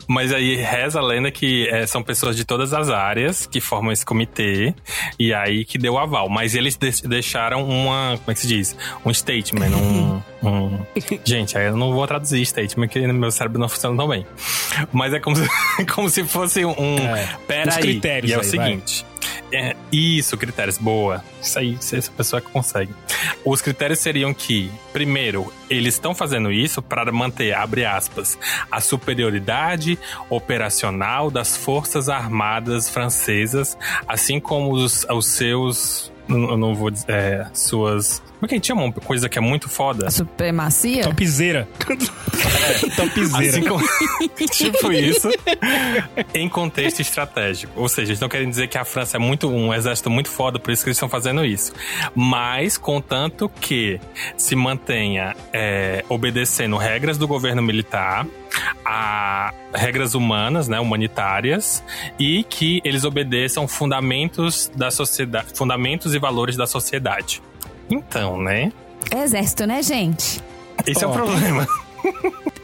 [SPEAKER 4] Mas aí reza a lenda que eh, são pessoas de todas as áreas que formam esse comitê e aí que deu o aval. Mas eles de- deixaram uma. Como é que se diz? Um statement. Um. um- Gente, aí eu não vou traduzir statement, que no meu cérebro não funciona tão bem. Mas é como se, como se fosse um.
[SPEAKER 1] É,
[SPEAKER 4] Pera
[SPEAKER 1] uns
[SPEAKER 4] aí.
[SPEAKER 1] critérios
[SPEAKER 4] E é o
[SPEAKER 1] aí,
[SPEAKER 4] seguinte. é, isso, critérios, boa. Isso aí, se essa pessoa consegue. Os critérios seriam que, primeiro, eles estão fazendo isso para manter, abre aspas, a superioridade operacional das Forças Armadas Francesas, assim como os, os seus. n- Eu não vou dizer. é, suas. Como é que a gente chama uma coisa que é muito foda?
[SPEAKER 5] A supremacia?
[SPEAKER 1] Então. Topzeira. Topzeira.
[SPEAKER 4] Assim como... tipo isso. em contexto estratégico. Ou seja, eles não querem dizer que a França é muito um exército muito foda, por isso que eles estão fazendo isso. Mas, contanto que se mantenha é, obedecendo regras do governo militar, a regras humanas, né, humanitárias, e que eles obedeçam fundamentos da sociedade, fundamentos e valores da sociedade. Então, né?
[SPEAKER 2] É exército, né, gente?
[SPEAKER 4] Esse é o
[SPEAKER 1] Ó.
[SPEAKER 4] problema.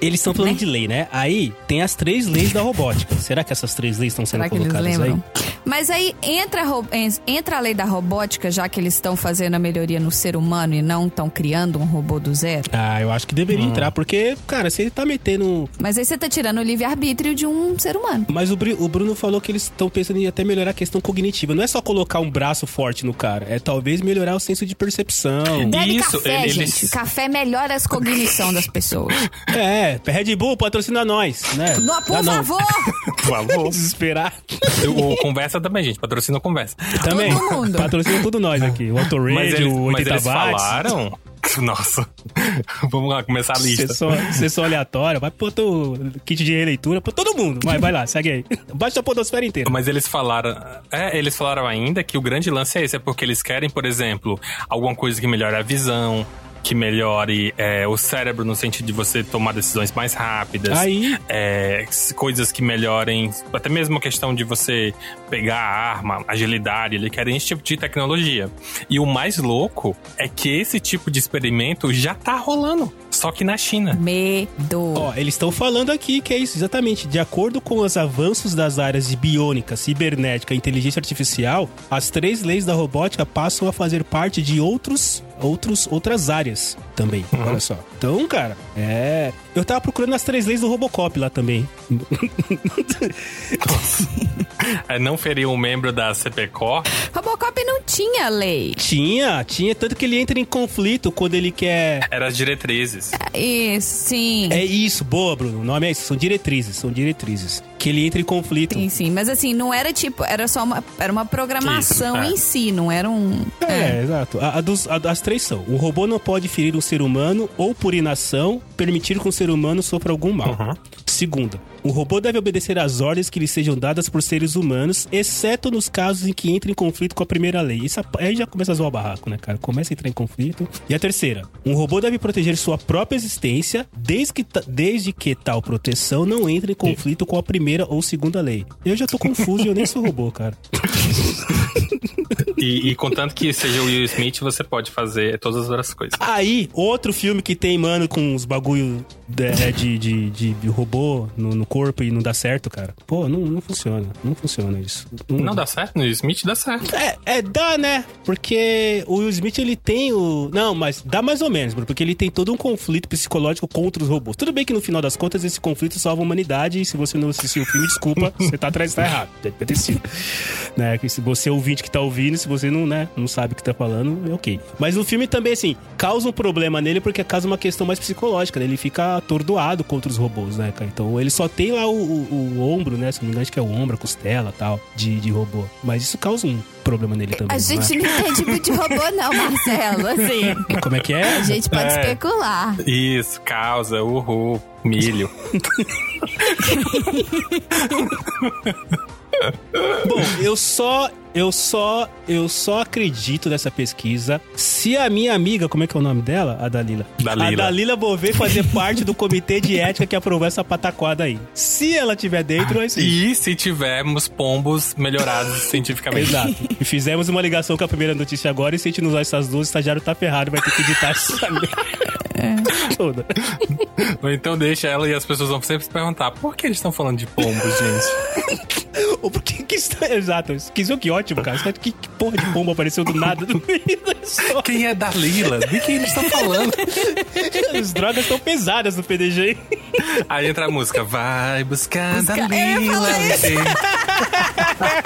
[SPEAKER 1] Eles estão falando de lei, né? Aí tem as três leis da robótica. Será que essas três leis estão sendo
[SPEAKER 5] Será que eles
[SPEAKER 1] colocadas
[SPEAKER 5] lembram?
[SPEAKER 1] aí?
[SPEAKER 2] Mas aí entra, a ro- en- entra a lei da robótica, já que eles estão fazendo a melhoria no ser humano e não estão criando um robô do zero.
[SPEAKER 1] Ah, eu acho que deveria entrar, porque, cara, se ele tá metendo.
[SPEAKER 2] Mas aí você tá tirando o livre-arbítrio de um ser humano.
[SPEAKER 1] Mas o, Bri- o Bruno falou que eles estão pensando em até melhorar a questão cognitiva. Não é só colocar um braço forte no cara, é talvez melhorar o senso de percepção.
[SPEAKER 2] Bebe
[SPEAKER 4] Isso,
[SPEAKER 2] café,
[SPEAKER 4] ele-
[SPEAKER 2] gente.
[SPEAKER 4] eles-
[SPEAKER 2] Café melhora as cognição das pessoas.
[SPEAKER 1] é, Red Bull patrocina nós, né?
[SPEAKER 2] Não, por
[SPEAKER 1] Ah, não.
[SPEAKER 2] favor!
[SPEAKER 4] Por favor.
[SPEAKER 1] Desesperar.
[SPEAKER 4] O Conversa também, gente. Patrocina o Conversa.
[SPEAKER 1] Também.
[SPEAKER 5] mundo.
[SPEAKER 1] Patrocina tudo nós aqui. O Autorade,
[SPEAKER 4] Mas eles,
[SPEAKER 1] Tá o
[SPEAKER 4] mas
[SPEAKER 1] 80
[SPEAKER 4] eles
[SPEAKER 1] watts.
[SPEAKER 4] falaram... Nossa. Vamos lá, começar a lista.
[SPEAKER 1] Sessão, sessão aleatória, vai pro teu kit de releitura, pra todo mundo. Vai, vai lá, segue aí. Baixa a podosfera inteira.
[SPEAKER 4] Mas eles falaram... É, eles falaram ainda que o grande lance é esse. É porque eles querem, por exemplo, alguma coisa que melhore a visão... Que melhore é, o cérebro no sentido de você tomar decisões mais rápidas.
[SPEAKER 1] Aí,
[SPEAKER 4] é, s- coisas que melhorem, até mesmo a questão de você pegar a arma, agilidade, ele quer esse tipo de tecnologia. E o mais louco é que esse tipo de experimento já tá rolando, só que na China.
[SPEAKER 2] Medo.
[SPEAKER 1] ó, eles estão falando aqui que é isso, exatamente. De acordo com os avanços das áreas de biônica, cibernética e inteligência artificial, as três leis da robótica passam a fazer parte de outros, outros outras áreas também.
[SPEAKER 4] Uhum.
[SPEAKER 1] Olha só. Então, cara, é. Eu tava procurando as três leis do Robocop lá também.
[SPEAKER 4] É, não feriu um membro da CPCOR,
[SPEAKER 2] Robocop não tinha lei.
[SPEAKER 1] Tinha, tinha. Tanto que ele entra em conflito quando ele quer.
[SPEAKER 4] era as diretrizes.
[SPEAKER 2] E sim.
[SPEAKER 1] É isso, boa, Bruno. O nome é isso. São diretrizes, são diretrizes. Que ele entra em conflito.
[SPEAKER 2] Sim, sim. Mas assim, não era tipo, era só uma, era uma programação
[SPEAKER 4] Isso, é.
[SPEAKER 2] em si, não era um.
[SPEAKER 1] É, exato. A, a dos- a- as três são: o robô não pode ferir um ser humano ou, por inação, permitir que um ser humano sofra algum mal. Segunda, o robô deve obedecer às ordens que lhe sejam dadas por seres humanos, exceto nos casos em que entra em conflito com a primeira lei. Isso ap- aí já começa a zoar o barraco, né, cara? Começa a entrar em conflito. E a terceira, um robô deve proteger sua própria existência, desde que, ta- desde que tal proteção não entre em conflito com a primeira ou segunda lei. Eu já tô confuso e eu nem sou robô, cara.
[SPEAKER 4] E, e contanto que seja o Will Smith, você pode fazer todas as outras coisas.
[SPEAKER 1] Aí, outro filme que tem, mano, com os bagulho de, de, de- de- de robô no, no corpo e não dá certo, cara. Pô, não, não funciona. Não funciona isso.
[SPEAKER 4] Não dá certo? No Will Smith dá certo.
[SPEAKER 1] É, é, dá, né? Porque o Will Smith, ele tem o... Não, mas dá mais ou menos, bro, porque ele tem todo um conflito psicológico contra os robôs. Tudo bem que no final das contas, esse conflito salva a humanidade e se você não assistiu o filme, desculpa, você tá atrás, tá errado. Deve ter sido. Né? Que Se você é ouvinte que tá ouvindo, se você não, né, não sabe o que tá falando, é ok. Mas no filme também, assim, causa um problema nele porque causa uma questão mais psicológica, né? Ele fica atordoado contra os robôs, né, cara? Então ele só tem lá o, o- o ombro, né? Se não me engano, acho que é o ombro, a costela tal, de, de robô. Mas isso causa um problema nele também.
[SPEAKER 6] A gente
[SPEAKER 1] né?
[SPEAKER 6] não entende muito de robô, não, Marcelo. Assim,
[SPEAKER 1] Como é que é?
[SPEAKER 6] a gente pode
[SPEAKER 4] É.
[SPEAKER 6] especular.
[SPEAKER 4] Isso, causa, uhul, milho.
[SPEAKER 1] Bom, eu só. Eu só. Eu só acredito nessa pesquisa se a minha amiga, como é que é o nome dela? A Dalila.
[SPEAKER 4] Dalila.
[SPEAKER 1] A Dalila Bové fazer parte do comitê de ética que aprovou essa pataquada aí. Se ela tiver dentro, aí sim.
[SPEAKER 4] E se tivermos pombos melhorados cientificamente?
[SPEAKER 1] Exato. E fizemos uma ligação com a primeira notícia agora e se a gente não usar essas duas, o estagiário tá ferrado, vai ter que editar essa merda. Toda.
[SPEAKER 4] Ou então deixa ela e as pessoas vão sempre se perguntar: por que eles estão falando de pombos, gente?
[SPEAKER 1] Ou por que que está. Exato. Que, isso- que ótimo, cara. tá- Que, que porra de bomba apareceu do nada no meio da história.
[SPEAKER 4] Quem é Dalila? De quem eles estão falando?
[SPEAKER 1] As drogas estão pesadas no PDG.
[SPEAKER 4] Aí entra a música: vai buscar
[SPEAKER 5] Busca- Eu ia
[SPEAKER 4] Dalila.
[SPEAKER 5] falar
[SPEAKER 4] você."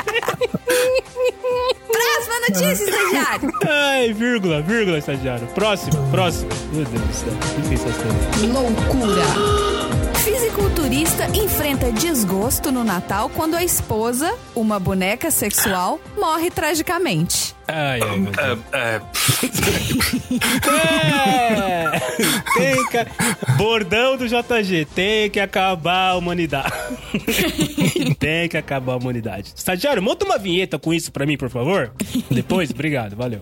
[SPEAKER 6] Próxima notícia, estagiário.
[SPEAKER 1] Ai, vírgula, vírgula, estagiário. Próximo, próximo. Meu Deus do céu, que sensação.
[SPEAKER 2] Fisiculturista enfrenta desgosto no Natal quando a esposa, uma boneca sexual, morre tragicamente.
[SPEAKER 1] Ai, ai, meu Deus.
[SPEAKER 4] É, é,
[SPEAKER 1] É, tem que... Bordão do JG, tem que acabar a humanidade. tem que acabar a humanidade. Estagiário, monta uma vinheta com isso pra mim, por favor. Depois, obrigado, valeu.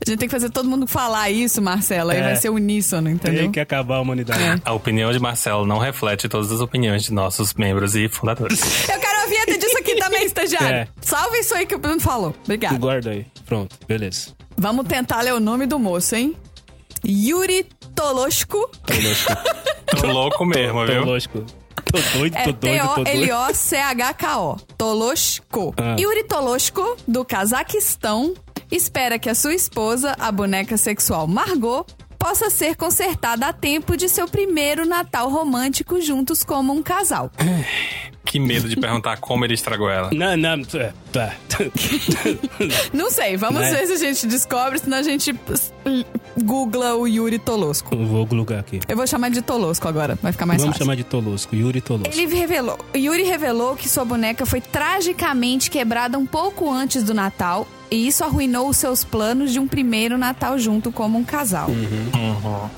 [SPEAKER 5] A gente tem que fazer todo mundo falar isso, Marcela. Aí
[SPEAKER 1] É.
[SPEAKER 5] vai ser uníssono, entendeu?
[SPEAKER 1] Tem que acabar a humanidade.
[SPEAKER 4] A opinião de Marcelo não reflete todas as opiniões de nossos membros e fundadores.
[SPEAKER 5] Eu quero ouvir até disso aqui também, estagiário.
[SPEAKER 1] É.
[SPEAKER 5] Salve isso aí que o Bruno falou.
[SPEAKER 2] É.
[SPEAKER 5] Obrigada.
[SPEAKER 1] Guarda aí. Pronto, beleza.
[SPEAKER 5] Vamos tentar ler o nome do moço, hein? Yuri Tolosco.
[SPEAKER 4] Tô louco mesmo,
[SPEAKER 1] Tô
[SPEAKER 4] viu?
[SPEAKER 1] lógico. Tô doido,
[SPEAKER 5] É
[SPEAKER 1] tô doido, tô doido.
[SPEAKER 5] T-O-L-O-C-H-K-O. Tolosco.
[SPEAKER 1] Ah.
[SPEAKER 5] Yuri Tolosco, do Cazaquistão, espera que a sua esposa, a boneca sexual Margot, possa ser consertada a tempo de seu primeiro Natal romântico juntos como um casal.
[SPEAKER 4] Que medo de perguntar como ele estragou ela.
[SPEAKER 1] Não, não, é, tá.
[SPEAKER 5] Não sei, vamos
[SPEAKER 1] Né?
[SPEAKER 5] ver se a gente descobre, senão a gente ps, googla o Yuri Tolosco.
[SPEAKER 1] Eu Vou glugar aqui.
[SPEAKER 5] Eu vou chamar de Tolosco agora, vai ficar mais
[SPEAKER 1] Vamos
[SPEAKER 5] fácil.
[SPEAKER 1] chamar de Tolosco, Yuri Tolosco.
[SPEAKER 2] Ele revelou, Yuri revelou que sua boneca foi tragicamente quebrada um pouco antes do Natal e isso arruinou os seus planos de um primeiro Natal junto como um casal.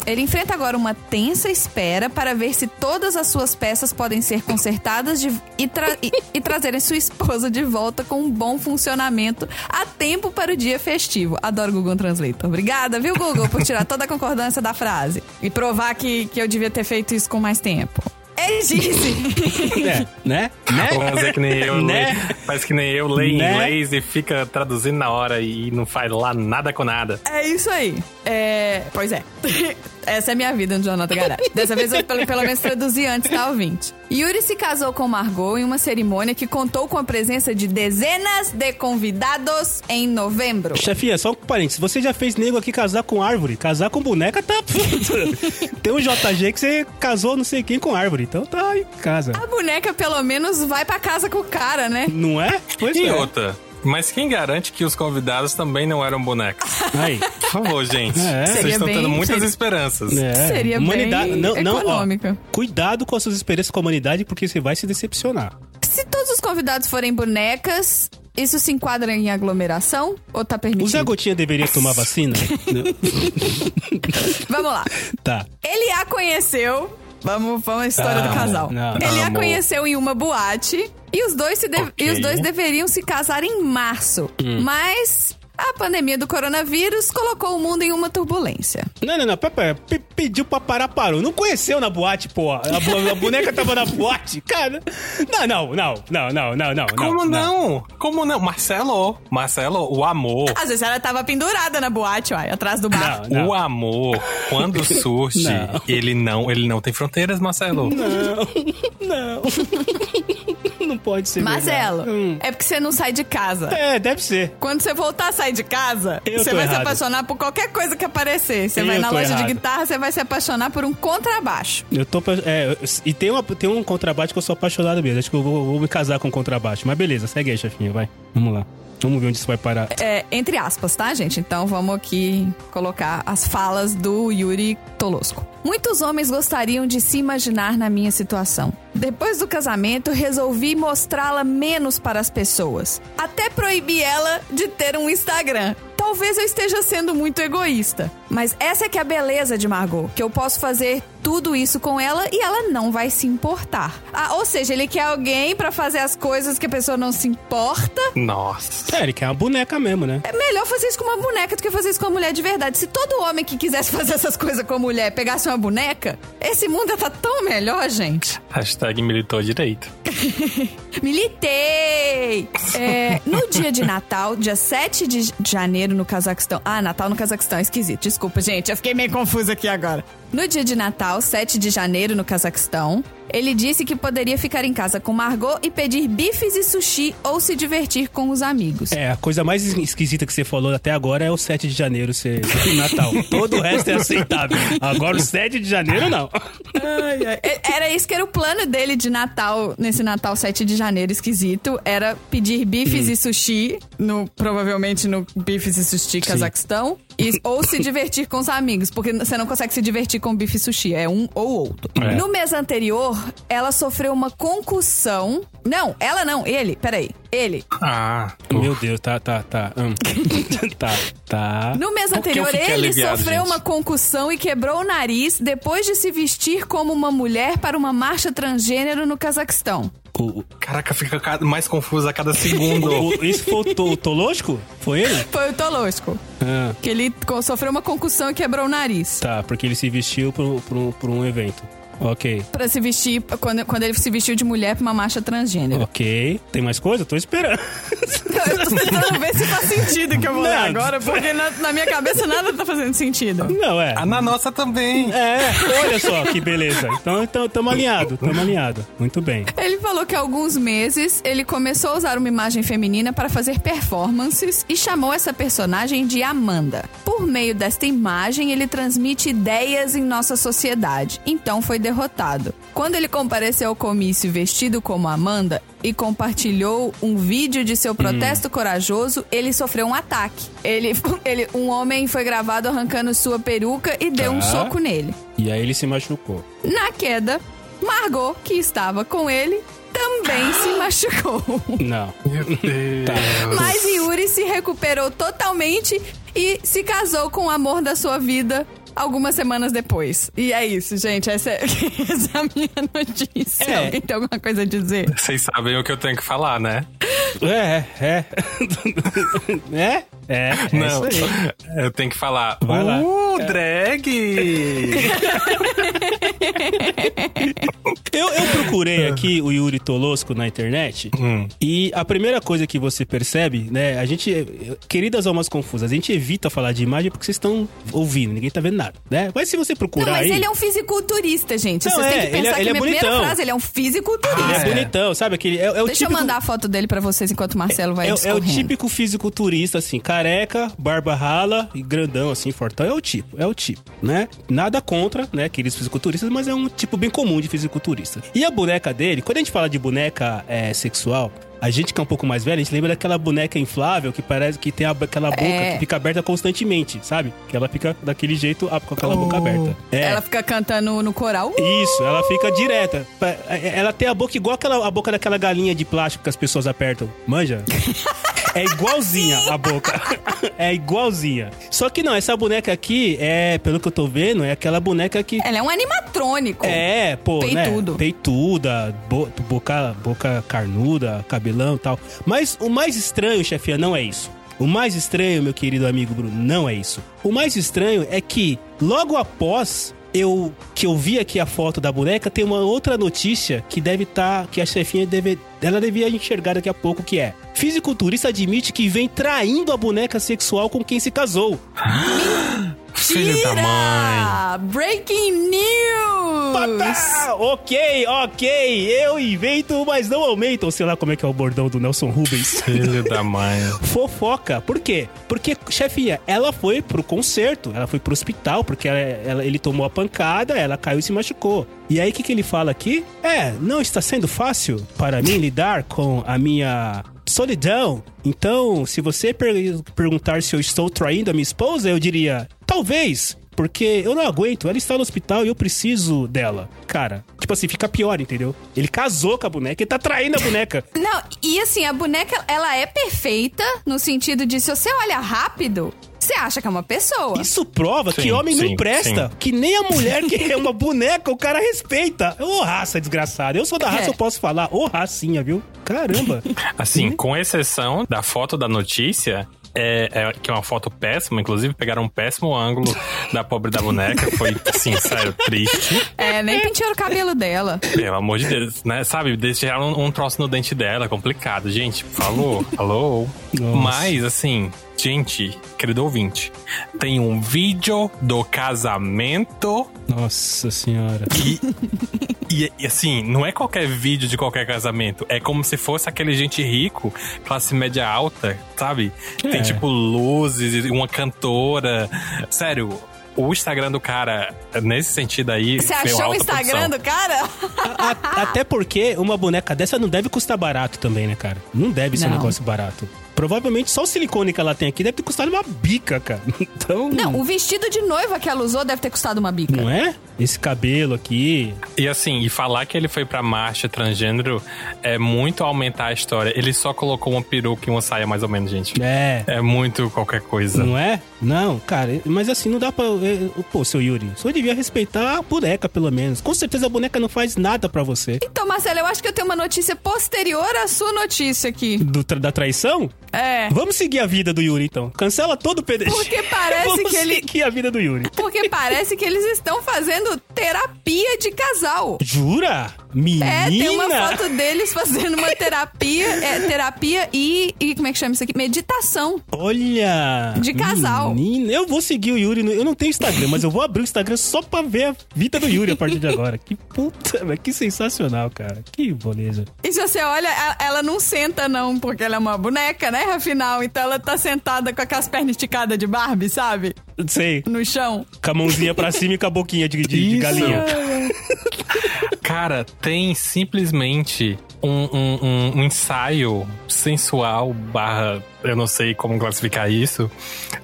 [SPEAKER 2] Ele enfrenta agora uma tensa espera para ver se todas as suas peças podem ser consertadas de- e, tra- e- e trazerem sua esposa de volta com um bom funcionamento a tempo para o dia festivo. Adoro Google Translate. Obrigada, viu, Google, por tirar toda a concordância da frase.
[SPEAKER 5] E provar que, que eu devia ter feito isso com mais tempo.
[SPEAKER 2] Ele disse.
[SPEAKER 1] É, né?
[SPEAKER 4] Vamos
[SPEAKER 1] Né?
[SPEAKER 4] fazer que nem eu,
[SPEAKER 1] Né?
[SPEAKER 4] leio- faz que nem eu leio
[SPEAKER 1] Né?
[SPEAKER 4] em inglês e fica traduzindo na hora e não faz lá nada com nada.
[SPEAKER 5] É isso aí. É, Pois é. Essa é minha vida no Jornal da Garagem. Dessa vez eu pelo, pelo menos traduzi antes, tá, ouvinte?
[SPEAKER 2] Yuri se casou com Margot em uma cerimônia que contou com a presença de dezenas de convidados em novembro.
[SPEAKER 1] Chefinha, só um parênteses. Você já fez nego aqui casar com árvore. Casar com boneca tá. Tem um JG que você casou não sei quem com árvore. Então tá em casa.
[SPEAKER 5] A boneca pelo menos vai pra casa com o cara, né?
[SPEAKER 1] Não é? Pois
[SPEAKER 4] E
[SPEAKER 1] é.
[SPEAKER 4] outra, mas quem garante que os convidados também não eram bonecos?
[SPEAKER 1] Aí.
[SPEAKER 4] Por favor, gente.
[SPEAKER 1] É.
[SPEAKER 4] Vocês
[SPEAKER 5] Seria
[SPEAKER 4] estão
[SPEAKER 5] bem-
[SPEAKER 4] tendo muitas
[SPEAKER 5] seria-
[SPEAKER 4] esperanças.
[SPEAKER 1] É.
[SPEAKER 5] Seria bem
[SPEAKER 1] não, não, ó,
[SPEAKER 5] econômica.
[SPEAKER 1] cuidado com as suas experiências com a humanidade, porque você vai se decepcionar.
[SPEAKER 2] Se todos os convidados forem bonecas, isso se enquadra em aglomeração ou tá
[SPEAKER 1] O
[SPEAKER 2] permitido?
[SPEAKER 1] Zé Gotinha deveria tomar vacina? Não.
[SPEAKER 5] Vamos lá.
[SPEAKER 1] tá.
[SPEAKER 5] Ele a conheceu. Vamos, vamos à história
[SPEAKER 1] Ah,
[SPEAKER 5] do casal.
[SPEAKER 1] não,
[SPEAKER 5] Ele a
[SPEAKER 4] amor.
[SPEAKER 5] conheceu em uma boate e os dois, se de-
[SPEAKER 4] Ok.
[SPEAKER 1] Hum.
[SPEAKER 5] e os dois deveriam se casar em março. Mas
[SPEAKER 2] A pandemia do coronavírus colocou o mundo em uma turbulência.
[SPEAKER 1] Não, não, não. Pera, pera, pe- pediu pra parar, parou. Não conheceu na boate, pô. A, bo- a boneca tava na boate. Cara. Não, não, não, não, não, não, não.
[SPEAKER 4] Como não? Como não? Marcelo, Marcelo, o amor.
[SPEAKER 2] Às vezes ela tava pendurada na boate, uai, atrás do
[SPEAKER 1] Não,
[SPEAKER 2] bar.
[SPEAKER 1] não.
[SPEAKER 4] O amor, quando surge,
[SPEAKER 1] Não.
[SPEAKER 4] ele não, ele não tem fronteiras, Marcelo.
[SPEAKER 1] Não. Não pode ser.
[SPEAKER 2] Marcelo,
[SPEAKER 1] é verdade. Hum.
[SPEAKER 2] é porque você não sai de casa.
[SPEAKER 1] É, deve ser.
[SPEAKER 2] Quando você voltar a sair de casa,
[SPEAKER 1] Eu
[SPEAKER 2] você
[SPEAKER 1] tô
[SPEAKER 2] vai se
[SPEAKER 1] errado.
[SPEAKER 2] apaixonar por qualquer coisa que aparecer. Você
[SPEAKER 1] Eu
[SPEAKER 2] vai na
[SPEAKER 1] tô
[SPEAKER 2] loja
[SPEAKER 1] errado.
[SPEAKER 2] de guitarra, você vai se apaixonar por um contrabaixo.
[SPEAKER 1] Eu tô. pa- É, eu- e tem, uma, tem um contrabaixo que eu sou apaixonado mesmo. Acho que eu vou, vou me casar com o contrabaixo. Mas beleza, segue aí, chefinho, vai. Vamos lá. Vamos ver onde isso vai parar.
[SPEAKER 2] É, entre aspas, tá, gente? Então vamos aqui colocar as falas do Yuri Tolosco. Muitos homens gostariam de se imaginar na minha situação. Depois do casamento, resolvi mostrá-la menos para as pessoas. Até proibi ela de ter um Instagram. Talvez eu esteja sendo muito egoísta, mas essa é que é a beleza de Margot, que eu posso fazer tudo isso com ela e ela não vai se importar. Ah, ou seja, ele quer alguém pra fazer as coisas que a pessoa não se importa
[SPEAKER 4] Nossa.
[SPEAKER 1] É, ele quer uma boneca mesmo, né?
[SPEAKER 2] é melhor fazer isso com uma boneca do que fazer isso com uma mulher de verdade. Se todo homem que quisesse fazer essas coisas com a mulher pegasse uma boneca, esse mundo tá tão melhor, gente.
[SPEAKER 4] Hashtag militou direito.
[SPEAKER 2] Militei! É, no dia de Natal, dia 7 de janeiro no Cazaquistão. Ah, Natal no Cazaquistão, é esquisito. Desculpa, gente, eu fiquei meio confusa aqui agora. No dia de Natal, 7 de janeiro no Cazaquistão, ele disse que poderia ficar em casa com Margot e pedir bifes e sushi ou se divertir com os amigos.
[SPEAKER 1] É, a coisa mais esquisita que você falou até agora é o 7 de janeiro ser Natal. Todo o resto é aceitável. Agora o 7 de janeiro, não.
[SPEAKER 2] É, Era isso que era o plano dele de Natal, nesse Natal 7 de janeiro esquisito. Era pedir bifes
[SPEAKER 4] Hum.
[SPEAKER 2] e sushi, no, provavelmente no bifes e sushi Cazaquistão. e- ou se divertir com os amigos, porque você não consegue se divertir com bife e sushi, é um ou outro.
[SPEAKER 4] É.
[SPEAKER 2] No mês anterior, ela sofreu uma concussão. Não, ela não, ele, peraí. Ele.
[SPEAKER 4] Ah,
[SPEAKER 1] Meu Deus, tá, tá, tá. Hum. tá, tá.
[SPEAKER 2] No mês
[SPEAKER 4] Por que eu
[SPEAKER 2] anterior,
[SPEAKER 4] fiquei
[SPEAKER 2] ele
[SPEAKER 4] aliviado,
[SPEAKER 2] sofreu
[SPEAKER 4] gente?
[SPEAKER 2] uma concussão e quebrou o nariz depois de se vestir como uma mulher para uma marcha transgênero no Cazaquistão.
[SPEAKER 1] O- o-
[SPEAKER 4] caraca, fica ca- mais confuso a cada segundo.
[SPEAKER 1] o- isso foi o, to, o Tolosco? Foi ele?
[SPEAKER 2] Foi o Tolosco.
[SPEAKER 1] Ah,
[SPEAKER 2] Que ele co- sofreu uma concussão e quebrou o nariz.
[SPEAKER 1] tá, porque ele se vestiu pra um- pra um- pra um evento. Ok.
[SPEAKER 2] Pra se vestir, quando, quando ele se vestiu de mulher pra uma marcha transgênero.
[SPEAKER 1] Ok. Tem mais coisa? Tô esperando.
[SPEAKER 2] Eu tô tentando ver se faz sentido que eu vou ler
[SPEAKER 1] Não.
[SPEAKER 2] agora, porque na, na minha cabeça nada tá fazendo sentido.
[SPEAKER 1] Não, é.
[SPEAKER 4] Ah, na nossa também.
[SPEAKER 1] É, olha só que beleza. Então, então tamo alinhado, tamo alinhado. Muito bem.
[SPEAKER 2] Ele falou que há alguns meses ele começou a usar uma imagem feminina para fazer performances e chamou essa personagem de Amanda. Por meio desta imagem, ele transmite ideias em nossa sociedade, então foi derrotado. Quando ele compareceu ao comício vestido como Amanda e compartilhou um vídeo de seu protesto corajoso, ele sofreu um ataque. Ele, ele, um homem foi gravado arrancando sua peruca e deu um
[SPEAKER 1] Tá.
[SPEAKER 2] soco nele.
[SPEAKER 1] E aí ele se machucou.
[SPEAKER 2] Na queda, Margot, que estava com ele, também
[SPEAKER 1] Ah!
[SPEAKER 2] se machucou.
[SPEAKER 1] Não.
[SPEAKER 4] Meu Deus.
[SPEAKER 2] Mas Yuri se recuperou totalmente e se casou com o amor da sua vida algumas semanas depois. E é isso, gente. Essa é, essa é a minha notícia.
[SPEAKER 1] É.
[SPEAKER 2] Alguém tem alguma coisa a dizer?
[SPEAKER 4] Vocês sabem o que eu tenho que falar, né?
[SPEAKER 1] É, é. é? É, é
[SPEAKER 4] Não,
[SPEAKER 1] isso aí.
[SPEAKER 4] eu tenho que falar.
[SPEAKER 1] Vai lá.
[SPEAKER 4] Uh, drag!
[SPEAKER 1] Eu, eu procurei aqui o Yuri Tolosco na internet e a primeira coisa que você percebe, né? A gente, queridas almas confusas, a gente evita falar de imagem porque vocês estão ouvindo, ninguém tá vendo nada, né? Mas se você procurar
[SPEAKER 2] Não, mas
[SPEAKER 1] aí,
[SPEAKER 2] ele é um fisiculturista, gente.
[SPEAKER 1] Não,
[SPEAKER 2] Vocês têm
[SPEAKER 1] é, ele
[SPEAKER 2] que
[SPEAKER 1] é-
[SPEAKER 2] pensar que
[SPEAKER 1] ele é
[SPEAKER 2] minha primeira
[SPEAKER 1] bonitão.
[SPEAKER 2] frase, ele é um
[SPEAKER 1] ele
[SPEAKER 2] fisiculturista.
[SPEAKER 1] é
[SPEAKER 4] Ah, é.
[SPEAKER 1] bonitão, sabe? Aquele, é, é o
[SPEAKER 2] Deixa eu
[SPEAKER 1] típico-
[SPEAKER 2] mandar a foto dele pra vocês enquanto o Marcelo vai
[SPEAKER 1] É, é o
[SPEAKER 2] discorrendo.
[SPEAKER 1] típico fisiculturista, assim, careca, barba rala e grandão, assim, fortão. É o tipo, é o tipo, né? Nada contra, né, aqueles fisiculturistas, mas é um tipo bem comum de fisiculturista. E a boneca dele, quando a gente fala de boneca é, sexual, a gente que é um pouco mais velho, a gente lembra daquela boneca inflável que parece que tem a- aquela boca
[SPEAKER 2] É.
[SPEAKER 1] que fica aberta constantemente, sabe? Que ela fica daquele jeito, ah, com aquela boca aberta. É.
[SPEAKER 2] Ela fica cantando no coral.
[SPEAKER 1] Isso, ela fica direta. Pa- é, Ela tem a boca igual aquela, a boca daquela galinha de plástico que as pessoas apertam. Manja? É igualzinha a boca. É igualzinha. Só que não, essa boneca aqui é, pelo que eu tô vendo, é aquela boneca que.
[SPEAKER 2] Ela é um animatrônico.
[SPEAKER 1] É, pô,
[SPEAKER 2] Peitudo.
[SPEAKER 1] né? Peituda, bo- boca, boca carnuda, cabelão e tal. Mas o mais estranho, chefinha, não é isso. O mais estranho, meu querido amigo Bruno, não é isso. O mais estranho é que logo após eu que eu vi aqui a foto da boneca, tem uma outra notícia que deve estar que a chefinha deve ela devia enxergar daqui a pouco que é. Fisiculturista admite que vem traindo a boneca sexual com quem se casou.
[SPEAKER 4] Filho da mãe.
[SPEAKER 2] Ah, Breaking news!
[SPEAKER 1] Patá! Ok, ok, eu invento, mas não aumento. Ou sei lá como é que é o bordão do Nelson Rubens.
[SPEAKER 4] Filho da mãe.
[SPEAKER 1] Fofoca. Por quê? Porque, chefinha, ela foi pro concerto, ela foi pro hospital, porque ela- ela- ele tomou a pancada, ela caiu e se machucou. E aí, o que, que ele fala aqui? É, não está sendo fácil para mim lidar com a minha solidão. Então, se você per- perguntar se eu estou traindo a minha esposa, eu diria, talvez. Porque eu não aguento, ela está no hospital e eu preciso dela. Cara, tipo assim, fica pior, entendeu? Ele casou com a boneca e tá traindo a boneca.
[SPEAKER 2] Não, e assim, a boneca, ela é perfeita no sentido de se você olha rápido, você acha que é uma pessoa.
[SPEAKER 1] Isso prova
[SPEAKER 4] Sim,
[SPEAKER 1] que homem
[SPEAKER 4] sim,
[SPEAKER 1] não presta.
[SPEAKER 4] sim.
[SPEAKER 1] Que nem a mulher que é uma boneca, o cara respeita. Ô, raça desgraçada. Eu sou da raça,
[SPEAKER 2] É.
[SPEAKER 1] eu posso falar. Ô, racinha, viu? Caramba.
[SPEAKER 4] Assim, com exceção da foto da notícia, é, é- que é uma foto péssima, inclusive pegaram um péssimo ângulo da pobre da boneca. Foi, assim, sério, triste.
[SPEAKER 2] É, nem pentearam o cabelo dela.
[SPEAKER 4] Pelo amor de Deus, né? Sabe, deixaram um, um troço no dente dela, complicado. Gente, falou, alô.
[SPEAKER 1] Nossa.
[SPEAKER 4] Mas, assim, gente, querido ouvinte, tem um vídeo do casamento
[SPEAKER 1] Nossa senhora.
[SPEAKER 4] E, e, assim, não é qualquer vídeo de qualquer casamento. É como se fosse aquele gente rico, classe média alta, sabe?
[SPEAKER 1] É.
[SPEAKER 4] Tem tipo luzes, uma cantora. Sério, o Instagram do cara, nesse sentido aí.
[SPEAKER 2] Você
[SPEAKER 4] foi uma
[SPEAKER 2] achou o
[SPEAKER 4] alta
[SPEAKER 2] Instagram
[SPEAKER 4] produção.
[SPEAKER 2] do cara?
[SPEAKER 1] A- a- até porque uma boneca dessa não deve custar barato também, né, cara? Não deve ser um
[SPEAKER 2] Não.
[SPEAKER 1] negócio barato. Provavelmente só o silicone que ela tem aqui deve ter custado uma bica, cara. Então.
[SPEAKER 2] Não, o vestido de noiva que ela usou deve ter custado uma bica.
[SPEAKER 1] Não é? Esse cabelo aqui.
[SPEAKER 4] E assim, e falar que ele foi pra marcha transgênero é muito aumentar a história. Ele só colocou uma peruca e uma saia, mais ou menos, gente.
[SPEAKER 1] É.
[SPEAKER 4] É muito qualquer coisa.
[SPEAKER 1] Não é? Não, cara, mas assim, não dá pra. eh, Pô, seu Yuri, o senhor devia respeitar a boneca, pelo menos. Com certeza a boneca não faz nada pra você.
[SPEAKER 2] Então, Marcelo, eu acho que eu tenho uma notícia posterior à sua notícia aqui.
[SPEAKER 1] Do tra- da traição?
[SPEAKER 2] É.
[SPEAKER 1] Vamos seguir a vida do Yuri, então. Cancela todo o PDG.
[SPEAKER 2] Porque parece
[SPEAKER 1] Vamos
[SPEAKER 2] que ele-
[SPEAKER 1] seguir a vida do Yuri.
[SPEAKER 2] Porque parece que eles estão fazendo terapia de casal.
[SPEAKER 1] Jura? Menina!
[SPEAKER 2] É, tem uma foto deles fazendo uma terapia, é, terapia e, e como é que chama isso aqui? Meditação.
[SPEAKER 1] Olha!
[SPEAKER 2] De casal.
[SPEAKER 1] Menina, eu vou seguir o Yuri. no- Eu não tenho Instagram, mas eu vou abrir o Instagram só pra ver a vida do Yuri a partir de agora. Que puta, velho, que sensacional, cara. Que beleza.
[SPEAKER 2] E se você olha, a- ela não senta não, porque ela é uma boneca, né? Afinal, então ela tá sentada com aquelas pernas esticadas de Barbie, sabe?
[SPEAKER 1] Sei,
[SPEAKER 2] No chão.
[SPEAKER 1] com a mãozinha pra cima e com a boquinha de- de- de
[SPEAKER 4] Isso.
[SPEAKER 1] galinha. é?
[SPEAKER 4] Cara, tem simplesmente um, um- um- um ensaio sensual barra, eu não sei como classificar isso,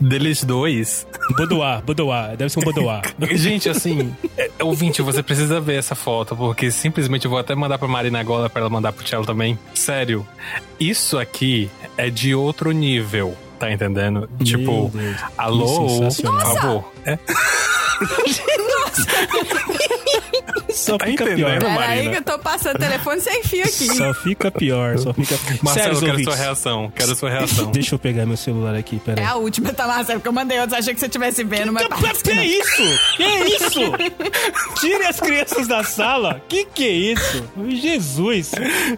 [SPEAKER 4] deles dois.
[SPEAKER 1] Bodoá, Bodoá, deve ser um Bodoá.
[SPEAKER 4] Gente, assim, é, ouvinte, você precisa ver essa foto, porque simplesmente eu vou até mandar pra Marina agora pra ela mandar pro Tchelo também. Sério, isso aqui é de outro nível, tá entendendo? tipo,
[SPEAKER 1] Deus, que
[SPEAKER 4] alô, por
[SPEAKER 1] sensacional.
[SPEAKER 4] favor. É,
[SPEAKER 1] Só
[SPEAKER 4] Tá
[SPEAKER 1] fica
[SPEAKER 4] entendendo?
[SPEAKER 1] pior.
[SPEAKER 2] Peraí
[SPEAKER 4] Marina.
[SPEAKER 2] que eu tô passando telefone sem fio aqui.
[SPEAKER 1] Só fica pior, só fica pior.
[SPEAKER 4] Marcelo, eu
[SPEAKER 1] Sérios
[SPEAKER 4] quero
[SPEAKER 1] ouvintes.
[SPEAKER 4] sua reação, quero sua reação.
[SPEAKER 1] Deixa eu pegar meu celular aqui,
[SPEAKER 2] É
[SPEAKER 1] peraí.
[SPEAKER 2] a última, tá, Marcelo? Porque eu mandei outros, achei que você estivesse vendo, mas...
[SPEAKER 1] Que, que é isso? Que é isso? Tire as crianças da sala. Que que é isso? Jesus.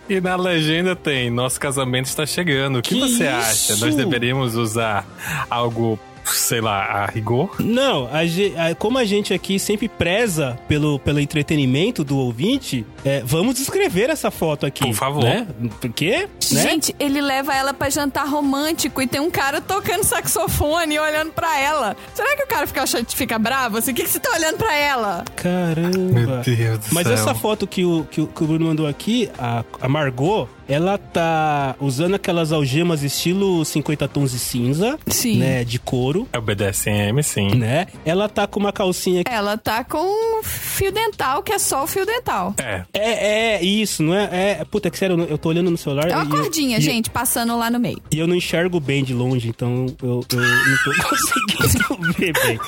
[SPEAKER 4] E na legenda tem: Nosso casamento está chegando. O que,
[SPEAKER 1] Que
[SPEAKER 4] você
[SPEAKER 1] isso?
[SPEAKER 4] acha? Nós deveríamos usar algo, sei lá, a rigor?
[SPEAKER 1] Não, a ge- a- como a gente aqui sempre preza pelo, pelo entretenimento do ouvinte, é, vamos escrever essa foto aqui.
[SPEAKER 4] Por favor.
[SPEAKER 1] Né? Porque, né?
[SPEAKER 2] Gente, ele leva ela pra jantar romântico e tem um cara tocando saxofone e olhando pra ela. Será que o cara fica, achando- fica bravo? Assim, o que, que você tá olhando pra ela?
[SPEAKER 1] Caramba.
[SPEAKER 4] Meu Deus do
[SPEAKER 1] Mas
[SPEAKER 4] céu.
[SPEAKER 1] essa foto que o, que, o- que o Bruno mandou aqui, a, a Margot, ela tá usando aquelas algemas estilo 50 tons de cinza,
[SPEAKER 2] Sim.
[SPEAKER 1] né, de couro,
[SPEAKER 4] É o BDSM, sim.
[SPEAKER 1] né? Ela tá com uma calcinha que
[SPEAKER 2] Ela tá com fio dental, que é só o fio dental.
[SPEAKER 4] É.
[SPEAKER 1] é, é isso, não é? É, puta que sério, eu não- eu tô olhando no celular.
[SPEAKER 2] É uma
[SPEAKER 1] e eu-
[SPEAKER 2] cordinha,
[SPEAKER 1] e-
[SPEAKER 2] gente, passando lá no meio.
[SPEAKER 1] E eu não enxergo bem de longe, então eu, eu não tô conseguindo ver bem.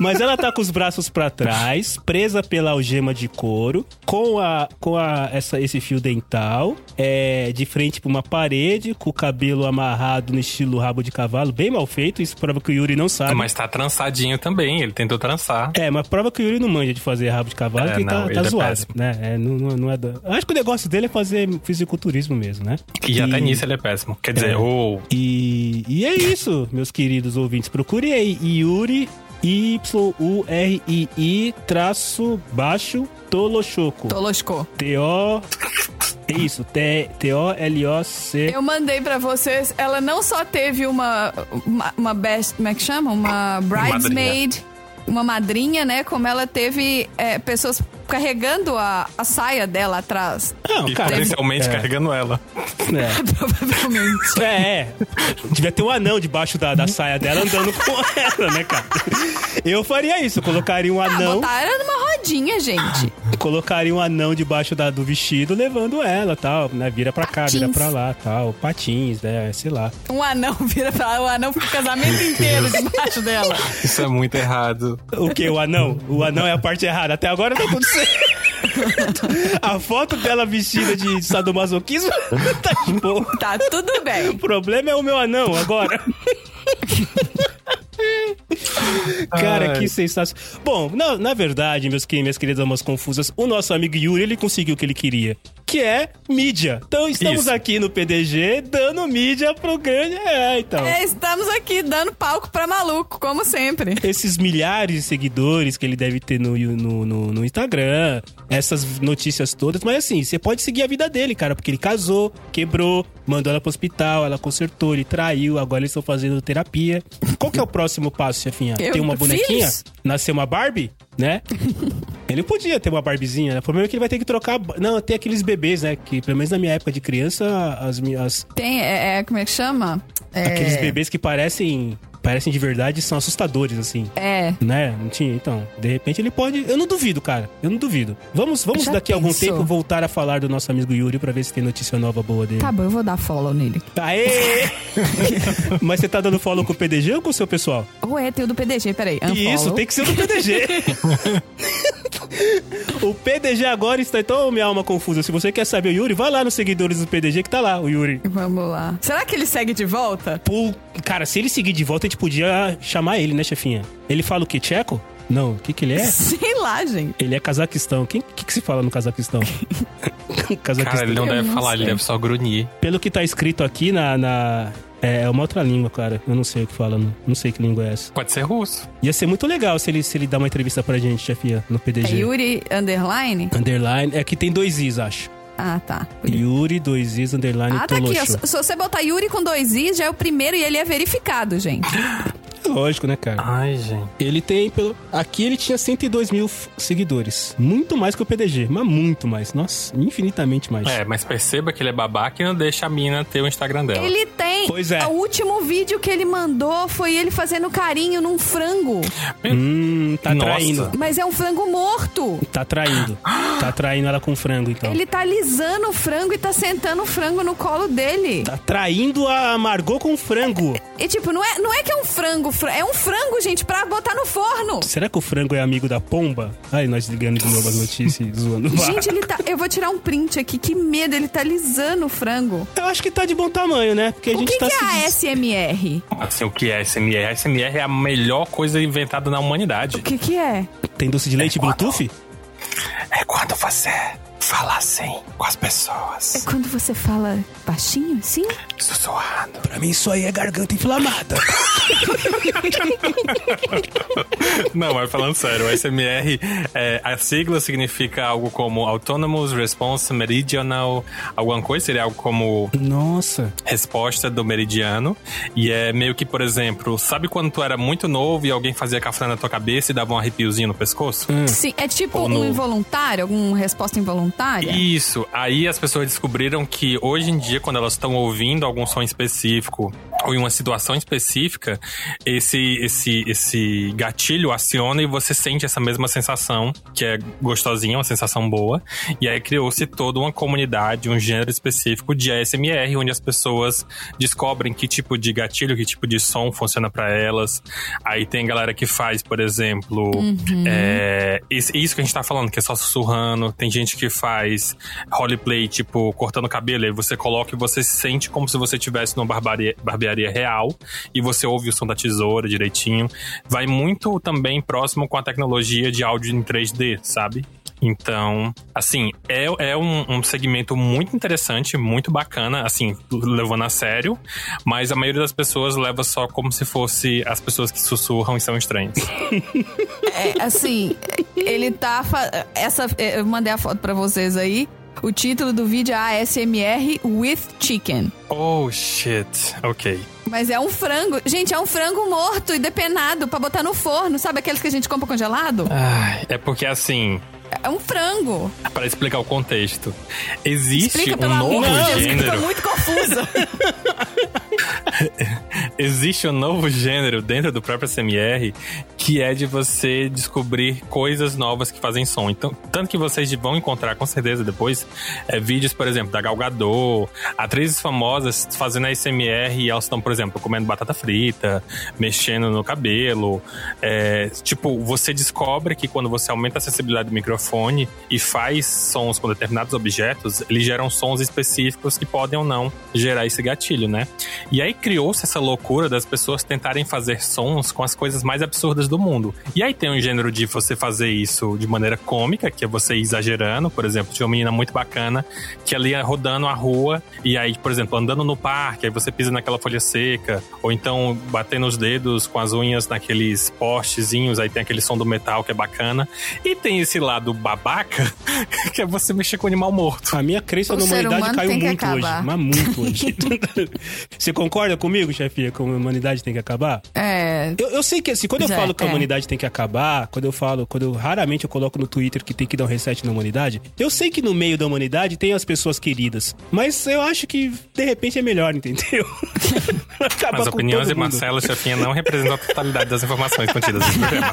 [SPEAKER 1] Mas ela tá com os braços pra trás, presa pela algema de couro, com a com a essa esse fio dental, é, é, de frente pra uma parede, com o cabelo amarrado no estilo rabo de cavalo, bem mal feito. Isso prova que o Yuri não sabe.
[SPEAKER 4] Mas tá trançadinho também, ele tentou trançar.
[SPEAKER 1] É, mas prova que o Yuri não manja de fazer rabo de cavalo,
[SPEAKER 4] É,
[SPEAKER 1] que ele tá,
[SPEAKER 4] não,
[SPEAKER 1] tá
[SPEAKER 4] ele é
[SPEAKER 1] zoado,
[SPEAKER 4] péssimo.
[SPEAKER 1] né? É, não, não- não é da- Acho que o negócio dele é fazer fisiculturismo mesmo, né?
[SPEAKER 4] E, até nisso ele é péssimo. Quer dizer,
[SPEAKER 1] É.
[SPEAKER 4] ou
[SPEAKER 1] E, e é isso, meus queridos ouvintes. Procure aí Yuri Y-U-R-I-I traço baixo Tolochoco.
[SPEAKER 2] Toloscou.
[SPEAKER 1] T-O... É isso, T- T-O-L-O-C...
[SPEAKER 2] Eu mandei pra vocês, ela não só teve uma. Uma, uma best. Como é que chama? Uma bridesmaid. Uma madrinha, né? Como ela teve é, pessoas carregando a, a saia dela atrás.
[SPEAKER 1] Não,
[SPEAKER 4] e
[SPEAKER 1] cara,
[SPEAKER 4] potencialmente carregando ela.
[SPEAKER 1] é,
[SPEAKER 2] Provavelmente.
[SPEAKER 1] é, é. Devia ter um anão debaixo da, da saia dela andando com ela, né, cara? Eu faria isso, eu colocaria um
[SPEAKER 2] Ah,
[SPEAKER 1] anão...
[SPEAKER 2] botaram numa rodinha, gente.
[SPEAKER 1] colocaria um anão debaixo da, do vestido levando ela, tal, né? Vira pra cá, vira pra lá, tal, patins, né? Sei lá.
[SPEAKER 2] Um anão vira pra lá, o anão fica o casamento inteiro debaixo dela.
[SPEAKER 4] Isso é muito errado.
[SPEAKER 1] O que? O anão? O anão é a parte errada. Até agora tá tudo certo. A foto dela vestida de sadomasoquismo tá de boa.
[SPEAKER 2] Tá tudo bem.
[SPEAKER 1] O problema é o meu anão agora. Cara,
[SPEAKER 4] Ai.
[SPEAKER 1] que sensacional. Bom, na, na verdade, meus, que- minhas queridas almas confusas, o nosso amigo Yuri, ele conseguiu o que ele queria, que é mídia. Então, estamos
[SPEAKER 4] Isso.
[SPEAKER 1] aqui no PDG dando mídia pro grande... É, então...
[SPEAKER 2] É, estamos aqui dando palco pra maluco, como sempre.
[SPEAKER 1] Esses milhares de seguidores que ele deve ter no, no, no- no Instagram, essas notícias todas. Mas assim, você pode seguir a vida dele, cara, porque ele casou, quebrou, mandou ela pro hospital, ela consertou, ele traiu, agora eles estão fazendo terapia. Qual que é o próximo passo, chefinha?
[SPEAKER 2] Eu-
[SPEAKER 1] Ter uma bonequinha?
[SPEAKER 2] Filhos?
[SPEAKER 1] Nascer uma Barbie? Né? Ele podia ter uma barbezinha, né? O problema é que ele vai ter que trocar. a ba- Não, tem aqueles bebês, né? Que pelo menos na minha época de criança, as minhas.
[SPEAKER 2] Tem, é, é, como é que chama? É,
[SPEAKER 1] Aqueles bebês que parecem. Parecem de verdade são assustadores, assim
[SPEAKER 2] É.
[SPEAKER 1] né? Não tinha, então. De repente ele pode. Eu não duvido, cara. Eu não duvido. Vamos, vamos
[SPEAKER 2] Já
[SPEAKER 1] daqui a algum
[SPEAKER 2] pensou?
[SPEAKER 1] tempo voltar a falar do nosso amigo Yuri pra ver se tem notícia nova boa dele.
[SPEAKER 2] Tá bom, eu vou dar follow nele.
[SPEAKER 1] Aê! Mas você tá dando follow com o PDG ou com o seu pessoal?
[SPEAKER 2] Ué, é, tem o do PDG, peraí.
[SPEAKER 1] E Isso,
[SPEAKER 2] unfollow.
[SPEAKER 1] tem que ser do PDG. o PDG agora está. Então, minha alma confusa. Se você quer saber o Yuri, vai lá nos seguidores do PDG que tá lá, o Yuri.
[SPEAKER 2] Vamos lá. Será que ele segue de volta?
[SPEAKER 1] Pô, Cara, se ele seguir de volta, a gente podia chamar ele, né, chefinha? Ele fala o quê? Tcheco? Não, o que, que ele é?
[SPEAKER 2] Sei lá, gente.
[SPEAKER 1] Ele é Cazaquistão. Quem que, que se fala no Cazaquistão? Cazaquistão.
[SPEAKER 4] Cara, ele é um- não
[SPEAKER 2] Eu
[SPEAKER 4] deve
[SPEAKER 2] não
[SPEAKER 4] falar, ele
[SPEAKER 2] sei.
[SPEAKER 4] deve só grunhir.
[SPEAKER 1] Pelo que tá escrito aqui na. na- É é uma outra língua, cara. Eu não sei o que fala, não, não sei que língua é essa.
[SPEAKER 4] Pode ser russo.
[SPEAKER 1] Ia ser muito legal se ele, se ele dá uma entrevista pra gente, chefia, no
[SPEAKER 2] É
[SPEAKER 1] PDG.
[SPEAKER 2] Yuri Underline?
[SPEAKER 1] Underline. É que tem dois Is, acho.
[SPEAKER 2] Ah, tá.
[SPEAKER 1] Yuri, dois Is, underline,
[SPEAKER 2] Ah, tá aqui. ó.
[SPEAKER 1] Tolocho.
[SPEAKER 2] Se se você botar Yuri com dois Is, já é o primeiro e ele é verificado, gente.
[SPEAKER 1] Lógico, né, cara?
[SPEAKER 4] Ai, gente.
[SPEAKER 1] Ele tem pelo. Aqui ele tinha 102 mil f- seguidores. Muito mais que o PDG, mas muito mais. Nossa, infinitamente mais.
[SPEAKER 4] É, mas perceba que ele é babaca e não deixa a mina ter o Instagram dela.
[SPEAKER 2] Ele tem.
[SPEAKER 1] Pois é.
[SPEAKER 2] O último vídeo que ele mandou foi ele fazendo carinho num frango.
[SPEAKER 1] Hum, tá
[SPEAKER 4] Nossa.
[SPEAKER 1] traindo.
[SPEAKER 2] Mas é um frango morto.
[SPEAKER 1] Tá traindo. Tá traindo ela com frango, então.
[SPEAKER 2] Ele tá alisando o frango e tá sentando o frango no colo dele.
[SPEAKER 1] Tá traindo a Margot com frango.
[SPEAKER 2] E tipo, não é, não é que é um frango, fra- é um frango, gente, pra botar no forno.
[SPEAKER 1] Será que o frango é amigo da pomba? Ai, nós ligando de novo as notícias e zoando. o
[SPEAKER 2] Gente, ele tá. Eu vou tirar um print aqui, que medo, ele tá alisando o frango.
[SPEAKER 1] Eu acho que tá de bom tamanho, né? Porque a
[SPEAKER 2] O
[SPEAKER 1] gente
[SPEAKER 2] que,
[SPEAKER 1] tá
[SPEAKER 2] que
[SPEAKER 1] se
[SPEAKER 2] é a
[SPEAKER 1] des-
[SPEAKER 2] SMR?
[SPEAKER 4] Assim, o que é SMR? SMR é a melhor coisa inventada na humanidade.
[SPEAKER 2] O que, que é?
[SPEAKER 1] Tem doce de leite
[SPEAKER 4] É quatro.
[SPEAKER 1] Bluetooth?
[SPEAKER 4] É quando você fala assim com as
[SPEAKER 2] É
[SPEAKER 4] pessoas,
[SPEAKER 2] quando você fala baixinho, sim?
[SPEAKER 4] sussurrando.
[SPEAKER 1] Pra mim isso aí é garganta inflamada.
[SPEAKER 4] Não, mas falando sério, o SMR, é, a sigla significa algo como Autonomous Response Meridional, alguma coisa, seria algo como
[SPEAKER 1] Nossa.
[SPEAKER 4] resposta do meridiano. E é meio que, por exemplo, sabe quando tu era muito novo e alguém fazia café na tua cabeça e dava um arrepiozinho no pescoço?
[SPEAKER 1] Hum.
[SPEAKER 2] Sim. É tipo
[SPEAKER 4] Ou
[SPEAKER 2] um
[SPEAKER 4] no-
[SPEAKER 2] involuntário, alguma resposta involuntária?
[SPEAKER 4] Isso, aí as pessoas descobriram que hoje em dia, quando elas estão ouvindo algum som específico ou em uma situação específica, esse, esse, esse gatilho aciona e você sente essa mesma sensação, que é gostosinha, uma sensação boa. E aí criou-se toda uma comunidade, um gênero específico de ASMR, onde as pessoas descobrem que tipo de gatilho, que tipo de som funciona pra elas. Aí tem galera que faz, por exemplo, é, isso isso que a gente tá falando, que é só sussurrando. Tem gente que faz roleplay, tipo, cortando cabelo. Aí você coloca e você sente como se você estivesse numa barbaria- barbearia real. E você ouve o som da tesoura direitinho. Vai muito também próximo com a tecnologia de áudio em 3D, sabe? Então, assim, é, é um, um segmento muito interessante, muito bacana, assim, levando a sério, mas a maioria das pessoas leva só como se fosse as pessoas que sussurram e são estranhas.
[SPEAKER 5] É, assim, ele tá. fa- Essa, é, eu mandei a foto pra vocês aí. O título do vídeo é ASMR with Chicken.
[SPEAKER 4] Oh shit, ok.
[SPEAKER 5] Mas é um frango. Gente, é um frango morto e depenado pra botar no forno. Sabe aqueles que a gente compra congelado?
[SPEAKER 4] Ai, é porque assim,
[SPEAKER 5] É um frango.
[SPEAKER 4] para explicar o contexto, existe
[SPEAKER 5] Explica,
[SPEAKER 4] um
[SPEAKER 5] pelo
[SPEAKER 4] novo
[SPEAKER 5] amor de Deus, que eu tô
[SPEAKER 4] gênero.
[SPEAKER 5] muito confusa.
[SPEAKER 4] Existe um novo gênero dentro do próprio SMR que é de você descobrir coisas novas que fazem som. Então, tanto que vocês vão encontrar com certeza depois é, vídeos, por exemplo, da Gal Gadot, atrizes famosas fazendo a SMR e elas estão, por exemplo, comendo batata frita, mexendo no cabelo. É, tipo, você descobre que quando você aumenta a sensibilidade do microfone e faz sons com determinados objetos, eles geram sons específicos que podem ou não gerar esse gatilho, né? E aí criou-se essa loucura das pessoas tentarem fazer sons com as coisas mais absurdas do mundo. E aí tem um gênero de você fazer isso de maneira cômica, que é você exagerando. Por exemplo, tinha uma menina muito bacana que ali ia rodando a rua e aí, por exemplo, andando no parque, aí você pisa naquela folha seca, ou então batendo os dedos com as unhas naqueles postezinhos, aí tem aquele som do metal que é bacana. E tem esse lado babaca, que é você mexer com animal morto.
[SPEAKER 1] A minha crença
[SPEAKER 5] O
[SPEAKER 1] na
[SPEAKER 5] ser
[SPEAKER 1] humanidade
[SPEAKER 5] humano
[SPEAKER 1] caiu
[SPEAKER 5] tem que
[SPEAKER 1] muito hoje.
[SPEAKER 5] acabar.
[SPEAKER 1] Mas muito hoje. Você concorda comigo, chefia, que a humanidade tem que acabar?
[SPEAKER 5] É.
[SPEAKER 1] Eu, eu sei que assim, quando eu
[SPEAKER 5] Pois é,
[SPEAKER 1] falo que a
[SPEAKER 5] é.
[SPEAKER 1] humanidade tem que acabar, quando eu falo, quando eu raramente eu coloco no Twitter que tem que dar um reset na humanidade, eu sei que no meio da humanidade tem as pessoas queridas. Mas eu acho que de repente é melhor, entendeu? Acabar
[SPEAKER 4] As
[SPEAKER 1] com
[SPEAKER 4] opiniões
[SPEAKER 1] todo
[SPEAKER 4] de
[SPEAKER 1] mundo.
[SPEAKER 4] Marcelo Chefinha não representam a totalidade das informações contidas no programa.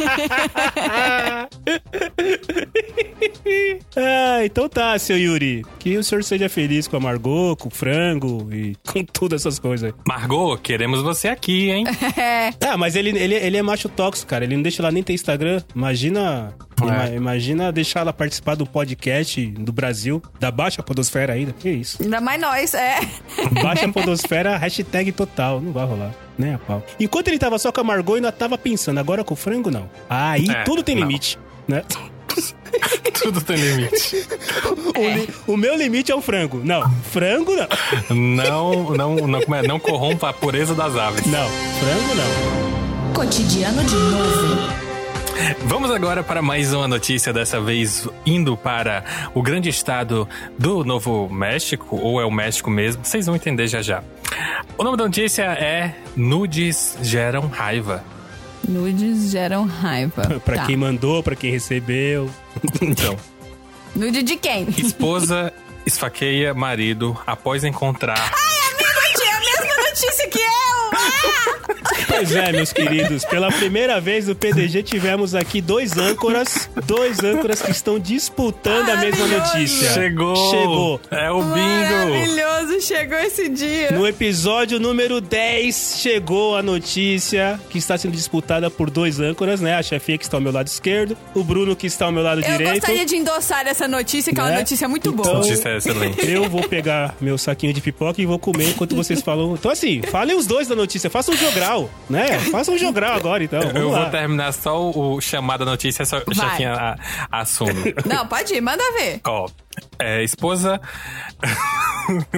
[SPEAKER 1] Ah, então tá, seu Yuri. Que o senhor seja feliz com a Margot, com o frango e com todas essas coisas.
[SPEAKER 4] Margot, queremos você aqui, hein?
[SPEAKER 1] Ah, mas ele, ele, ele é macho tóxico, cara. Ele não deixa ela nem ter Instagram. Imagina.
[SPEAKER 4] É.
[SPEAKER 1] ima- imagina deixar ela participar do podcast do Brasil, da Baixa Podosfera ainda. Que isso?
[SPEAKER 5] Ainda mais nós, é.
[SPEAKER 1] Baixa Podosfera, hashtag total. Não vai rolar. Né, a pau. Enquanto ele tava só com a Margot, eu ainda tava pensando. Agora com o frango, não. Aí
[SPEAKER 4] É,
[SPEAKER 1] tudo tem
[SPEAKER 4] não.
[SPEAKER 1] limite. Né?
[SPEAKER 4] Tudo tem limite.
[SPEAKER 1] O, li- o meu limite é o frango. Não, frango não.
[SPEAKER 4] Não, não, não, como é? não corrompa a pureza das aves.
[SPEAKER 1] Não, frango não.
[SPEAKER 6] Cotidiano de novo.
[SPEAKER 4] Vamos agora para mais uma notícia, dessa vez indo para o grande estado do Novo México, ou é o México mesmo, vocês vão entender já já. O nome da notícia é Nudes Geram Raiva.
[SPEAKER 5] Nudes geram raiva.
[SPEAKER 1] Pra
[SPEAKER 5] Tá.
[SPEAKER 1] quem mandou, pra quem recebeu.
[SPEAKER 4] Então,
[SPEAKER 5] Nude de quem?
[SPEAKER 4] esposa esfaqueia marido após encontrar
[SPEAKER 5] Tinha É a mesma notícia que eu!
[SPEAKER 1] Pois é, meus queridos, pela primeira vez no PDG tivemos aqui dois âncoras, dois âncoras que estão disputando a mesma notícia.
[SPEAKER 4] Chegou!
[SPEAKER 1] Chegou!
[SPEAKER 4] É o bingo!
[SPEAKER 5] né? Maravilhoso, chegou esse dia.
[SPEAKER 1] No episódio número 10 chegou a notícia que está sendo disputada por dois âncoras, né? A chefia que está ao meu lado esquerdo, o Bruno que está ao meu lado
[SPEAKER 5] Eu
[SPEAKER 1] direito.
[SPEAKER 5] gostaria de endossar essa notícia, que é uma
[SPEAKER 1] Né?
[SPEAKER 5] notícia muito boa.
[SPEAKER 1] Então,
[SPEAKER 4] Notícia excelente.
[SPEAKER 1] Eu vou pegar meu saquinho de pipoca e vou comer enquanto vocês falam. Então, assim, falem os dois da notícia. Façam um jogral, né? Façam um jogral agora, então. Vamos
[SPEAKER 4] Eu
[SPEAKER 1] lá.
[SPEAKER 4] vou terminar só o, o chamado à notícia, só
[SPEAKER 5] Vai.
[SPEAKER 4] chefinha a- assume.
[SPEAKER 1] assim,
[SPEAKER 5] Não, pode ir, manda ver.
[SPEAKER 4] Ó, é, esposa.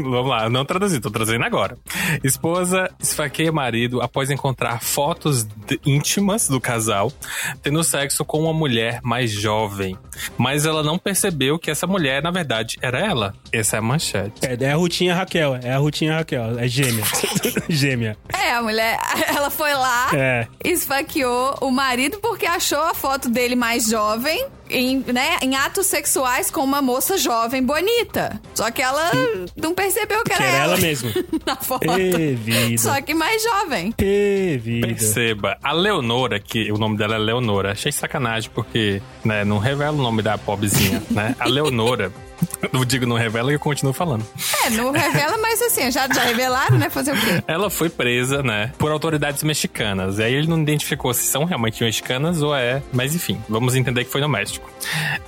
[SPEAKER 4] Vamos lá, não traduzi, tô trazendo agora. Esposa esfaqueia marido após encontrar fotos d- íntimas do casal tendo sexo com uma mulher mais jovem. Mas ela não percebeu que essa mulher, na verdade, era ela. Essa é a manchete.
[SPEAKER 1] É, é a Rutinha Raquel, é a Rutinha Raquel, é gêmea. gêmea.
[SPEAKER 5] É, a mulher, ela foi lá,
[SPEAKER 1] É.
[SPEAKER 5] esfaqueou o marido porque achou a foto dele mais jovem
[SPEAKER 2] em, né, em atos sexuais com uma moça jovem bonita. Só que ela não percebeu que era,
[SPEAKER 1] Que era ela mesma.
[SPEAKER 2] na foto.
[SPEAKER 1] Ê, vida.
[SPEAKER 2] Só que mais jovem.
[SPEAKER 1] Ê, vida.
[SPEAKER 4] Perceba, a Leonora, que o nome dela é Leonora, achei sacanagem porque né, não revela o nome da pobrezinha, né? A Leonora, eu digo não revela e eu continuo falando.
[SPEAKER 2] É, não revela, mas assim, já, já revelaram, né? Fazer o quê?
[SPEAKER 4] Ela foi presa, né, por autoridades mexicanas. E aí ele não identificou se são realmente mexicanas ou é. Mas enfim, vamos entender que foi no México.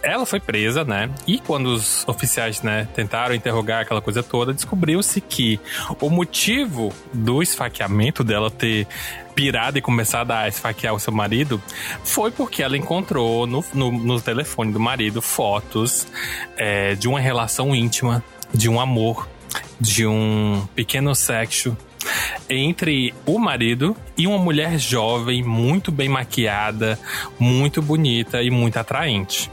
[SPEAKER 4] Ela foi presa, né? E quando os oficiais, né, tentaram interrogar aquela coisa toda, descobriu-se que o motivo do esfaqueamento dela ter pirado e começado a esfaquear o seu marido foi porque ela encontrou no, no, no telefone do marido fotos é, de uma relação íntima, de um amor, de um pequeno sexo entre o marido e uma mulher jovem, muito bem maquiada, muito bonita e muito atraente.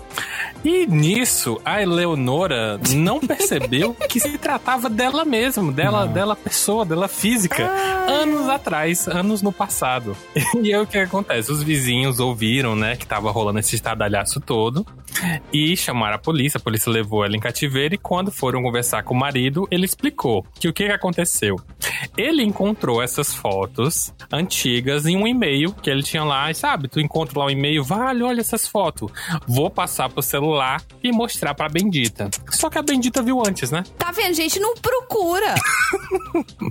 [SPEAKER 4] E nisso, a Eleonora não percebeu que se tratava dela mesma, dela, dela pessoa, dela física, anos atrás, anos no passado. E aí o que acontece? Os vizinhos ouviram, né, que tava rolando esse estardalhaço todo e chamaram a polícia. A polícia levou ela em cativeiro e quando foram conversar com o marido, ele explicou que o que que aconteceu. Ele encontrou essas fotos antigas em um e-mail que ele tinha lá, e sabe? Tu encontra lá um e-mail, vale, olha essas fotos. Vou passar pro celular e mostrar pra Bendita. Só que a Bendita viu antes, né?
[SPEAKER 2] Tá vendo? Gente, não procura.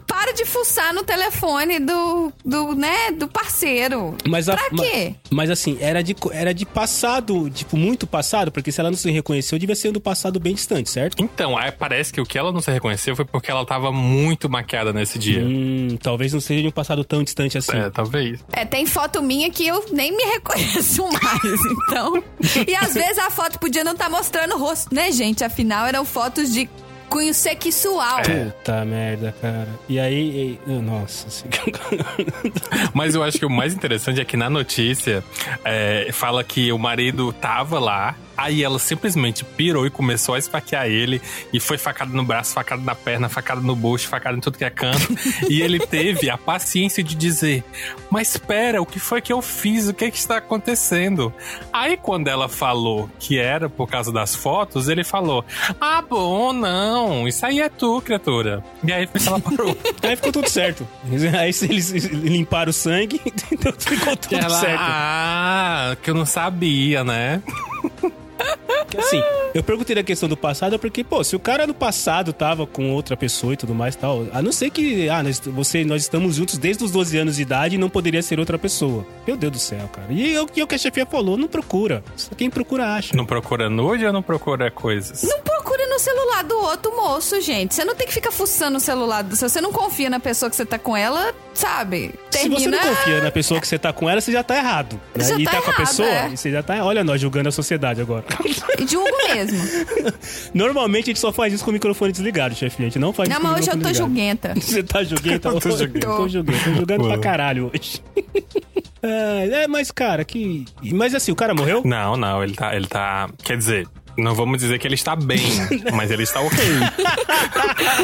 [SPEAKER 2] Para de fuçar no telefone do, do né, do parceiro.
[SPEAKER 1] Mas a-
[SPEAKER 2] pra
[SPEAKER 1] ma-
[SPEAKER 2] quê?
[SPEAKER 1] Mas assim, era de, co- era de passado, tipo, muito passado, porque se ela não se reconheceu, devia ser um do passado bem distante, certo?
[SPEAKER 4] Então, aí parece que o que ela não se reconheceu foi porque ela tava muito maquiada nesse dia.
[SPEAKER 1] Hum, talvez não seja de um passado tão distante assim.
[SPEAKER 4] É, talvez.
[SPEAKER 2] É, tem foto minha que eu nem me reconheço mais, então. E às vezes a foto podia não estar mostrando o rosto, né, gente? Afinal, eram fotos de cunho sexual.
[SPEAKER 1] Puta merda, cara. E aí, e- nossa. assim.
[SPEAKER 4] Mas eu acho que o mais interessante é que na notícia é, fala que o marido tava lá, aí ela simplesmente pirou e começou a esfaquear ele, e foi facada no braço, facada na perna, facada no bucho, facada em tudo que é canto. e ele teve a paciência de dizer: Mas espera, o que foi que eu fiz? O que, é que está acontecendo? Aí quando ela falou que era por causa das fotos, ele falou: Ah, bom, não, isso aí é tu, criatura. E aí foi que ela parou.
[SPEAKER 1] aí ficou tudo certo. Aí eles limparam o sangue, então ficou tudo
[SPEAKER 4] Ela,
[SPEAKER 1] certo.
[SPEAKER 4] Ah, que eu não sabia, né?
[SPEAKER 1] Porque, Assim, eu perguntei da questão do passado porque, pô, se o cara no passado tava com outra pessoa e tudo mais e tal, a não ser que, ah, nós, você, nós estamos juntos desde os 12 anos de idade e não poderia ser outra pessoa. Meu Deus do céu, cara. E é o que a chefia falou, não procura. Só Quem procura acha.
[SPEAKER 4] Não procura nude ou não procura coisas?
[SPEAKER 2] Não procura no celular do outro moço, gente. Você não tem que ficar fuçando o celular. do- Se você não confia na pessoa que você tá com ela, sabe?
[SPEAKER 1] Se
[SPEAKER 2] Termina.
[SPEAKER 1] você não confia na pessoa que você tá com ela, você já tá errado. né?
[SPEAKER 2] Já
[SPEAKER 1] e
[SPEAKER 2] tá
[SPEAKER 1] tá, com a
[SPEAKER 2] errado,
[SPEAKER 1] pessoa,
[SPEAKER 2] é.
[SPEAKER 1] e você já tá. Olha nós julgando a sociedade agora.
[SPEAKER 2] E Julgo mesmo.
[SPEAKER 1] Normalmente a gente só faz isso com o microfone desligado, chefinha. A gente não faz
[SPEAKER 2] Não,
[SPEAKER 1] isso com o
[SPEAKER 2] mas hoje eu
[SPEAKER 1] microfone ligado.
[SPEAKER 2] tô julguenta.
[SPEAKER 1] Você tá julgando? Tá...
[SPEAKER 4] tô julgando.
[SPEAKER 1] Tô julgando, tô julgando pra
[SPEAKER 4] Boa.
[SPEAKER 1] caralho hoje. É, é, mas cara, que. Mas assim, o cara morreu?
[SPEAKER 4] Não, não, ele tá. Ele tá. Quer dizer, não vamos dizer que ele está bem, mas ele está ok.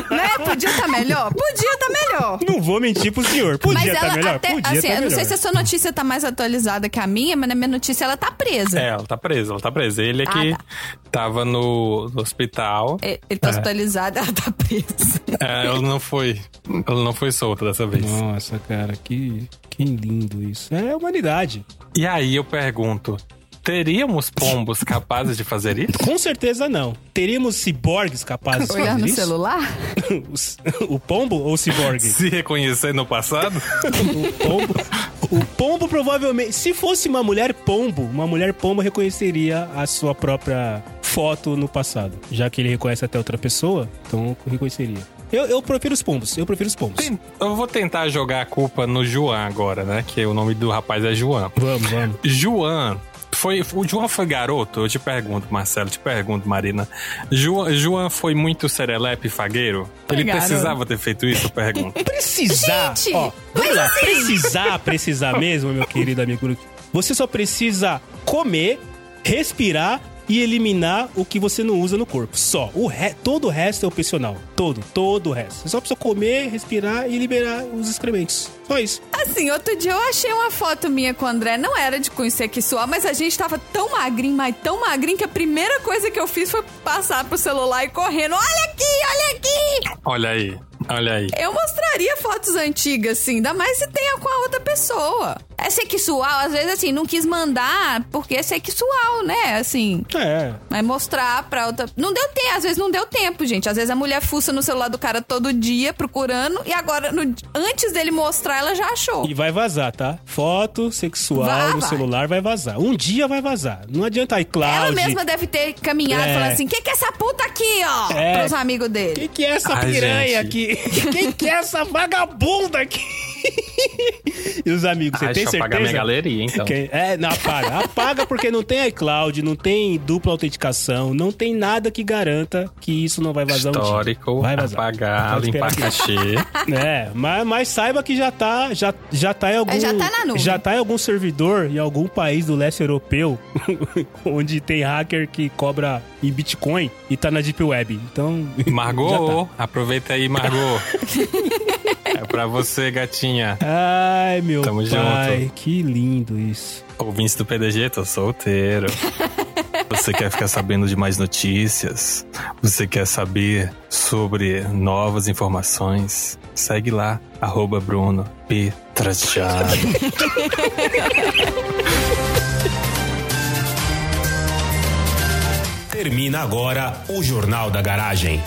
[SPEAKER 2] Né? Podia tá melhor? Podia tá melhor.
[SPEAKER 1] Não vou mentir pro senhor. Podia
[SPEAKER 2] mas
[SPEAKER 1] tá
[SPEAKER 2] ela
[SPEAKER 1] melhor?
[SPEAKER 2] até.
[SPEAKER 1] Podia
[SPEAKER 2] assim,
[SPEAKER 1] tá
[SPEAKER 2] eu não
[SPEAKER 1] melhor.
[SPEAKER 2] sei se a sua notícia tá mais atualizada que a minha, mas na minha notícia ela tá presa.
[SPEAKER 4] É, ela tá presa, ela tá presa. Ele é
[SPEAKER 2] Ah,
[SPEAKER 4] que
[SPEAKER 2] tá.
[SPEAKER 4] tava no, no hospital.
[SPEAKER 2] É, Ele tá hospitalizado, ela tá presa.
[SPEAKER 4] É, ela não foi. Ela não foi solta dessa vez.
[SPEAKER 1] Nossa, cara, que. Que lindo isso. É a humanidade.
[SPEAKER 4] E aí eu pergunto: teríamos pombos capazes de fazer isso?
[SPEAKER 1] Com certeza não. Teríamos ciborgues capazes de
[SPEAKER 2] Olhar
[SPEAKER 1] fazer
[SPEAKER 2] no
[SPEAKER 1] isso?
[SPEAKER 2] celular?
[SPEAKER 1] O, o pombo ou o ciborgue?
[SPEAKER 4] Se reconhecer no passado?
[SPEAKER 1] O pombo. O pombo provavelmente. Se fosse uma mulher pombo, uma mulher pombo reconheceria a sua própria foto no passado. Já que ele reconhece até outra pessoa, então reconheceria. Eu, eu prefiro os pombos, eu prefiro os pombos.
[SPEAKER 4] Tem- Eu vou tentar jogar a culpa no João agora, né? Que o nome do rapaz é João.
[SPEAKER 1] Vamos, vamos.
[SPEAKER 4] João. Foi, o João foi garoto? Eu te pergunto, Marcelo, te pergunto, Marina. João, João foi muito serelepe e fagueiro? Ele
[SPEAKER 2] Garoto.
[SPEAKER 4] precisava ter feito isso? Eu pergunto.
[SPEAKER 1] Precisar.
[SPEAKER 2] Gente, assim-
[SPEAKER 1] ó, vamos lá. Precisar, precisar mesmo, meu querido amigo. Você só precisa comer, respirar e eliminar o que você não usa no corpo. Só. O re... Todo o resto é opcional. Todo, todo o resto. Você só precisa comer, respirar e liberar os excrementos. Só isso.
[SPEAKER 2] Assim, outro dia eu achei uma foto minha com o André, não era de cunho sexual, mas a gente tava tão magrinho, mas tão magrinho, que a primeira coisa que eu fiz foi passar pro celular e correndo. Olha aqui, olha aqui!
[SPEAKER 4] Olha aí, olha aí.
[SPEAKER 2] Eu mostraria fotos antigas, assim, ainda mais se tenha com a outra pessoa. É sexual, às vezes, assim, não quis mandar porque é sexual, né? Assim.
[SPEAKER 1] É.
[SPEAKER 2] Mas mostrar pra outra. Não deu tempo, às vezes não deu tempo, gente. Às vezes a mulher fuça no celular do cara todo dia procurando e agora, no... antes dele mostrar, ela já achou.
[SPEAKER 1] E vai vazar, tá? Foto sexual
[SPEAKER 2] Vá,
[SPEAKER 1] no
[SPEAKER 2] vai.
[SPEAKER 1] celular vai vazar. Um dia vai vazar. Não adianta
[SPEAKER 2] Ela
[SPEAKER 1] iCloud.
[SPEAKER 2] mesma deve ter caminhado e
[SPEAKER 1] É.
[SPEAKER 2] falando assim: o que, que é essa puta aqui, ó?
[SPEAKER 1] É.
[SPEAKER 2] Pros amigos dele.
[SPEAKER 1] Quem que é essa
[SPEAKER 4] Ai,
[SPEAKER 1] piranha
[SPEAKER 4] gente.
[SPEAKER 1] aqui? Quem que é essa vagabunda aqui? E os amigos, você
[SPEAKER 4] Ai,
[SPEAKER 1] tem
[SPEAKER 4] Ah, deixa eu
[SPEAKER 1] certeza?
[SPEAKER 4] apagar minha galeria, então.
[SPEAKER 1] Que- é, não, apaga. Apaga porque não tem iCloud, não tem dupla autenticação, não tem nada que garanta que isso não vai vazar um
[SPEAKER 4] Histórico,
[SPEAKER 1] dia. Vai vazar.
[SPEAKER 4] apagar,
[SPEAKER 1] Pode
[SPEAKER 4] limpar
[SPEAKER 1] esperar
[SPEAKER 4] cachê.
[SPEAKER 1] que- É, mas, mas saiba que já tá, já, já tá em algum...
[SPEAKER 2] É, já tá na nuvem.
[SPEAKER 1] Já tá em algum servidor em algum país do leste europeu, onde tem hacker que cobra em Bitcoin e tá na Deep Web. Então... já tá.
[SPEAKER 4] Margot, aproveita aí, Margot. é pra você, gatinha.
[SPEAKER 1] Ai, meu
[SPEAKER 4] Tamo
[SPEAKER 1] pai,
[SPEAKER 4] junto.
[SPEAKER 1] que lindo isso.
[SPEAKER 4] Ouvintes do PDG, tô solteiro. Você quer ficar sabendo de mais notícias? Você quer saber sobre novas informações? Segue lá, arroba Bruno Petrachado.
[SPEAKER 7] Termina agora o Jornal da Garagem.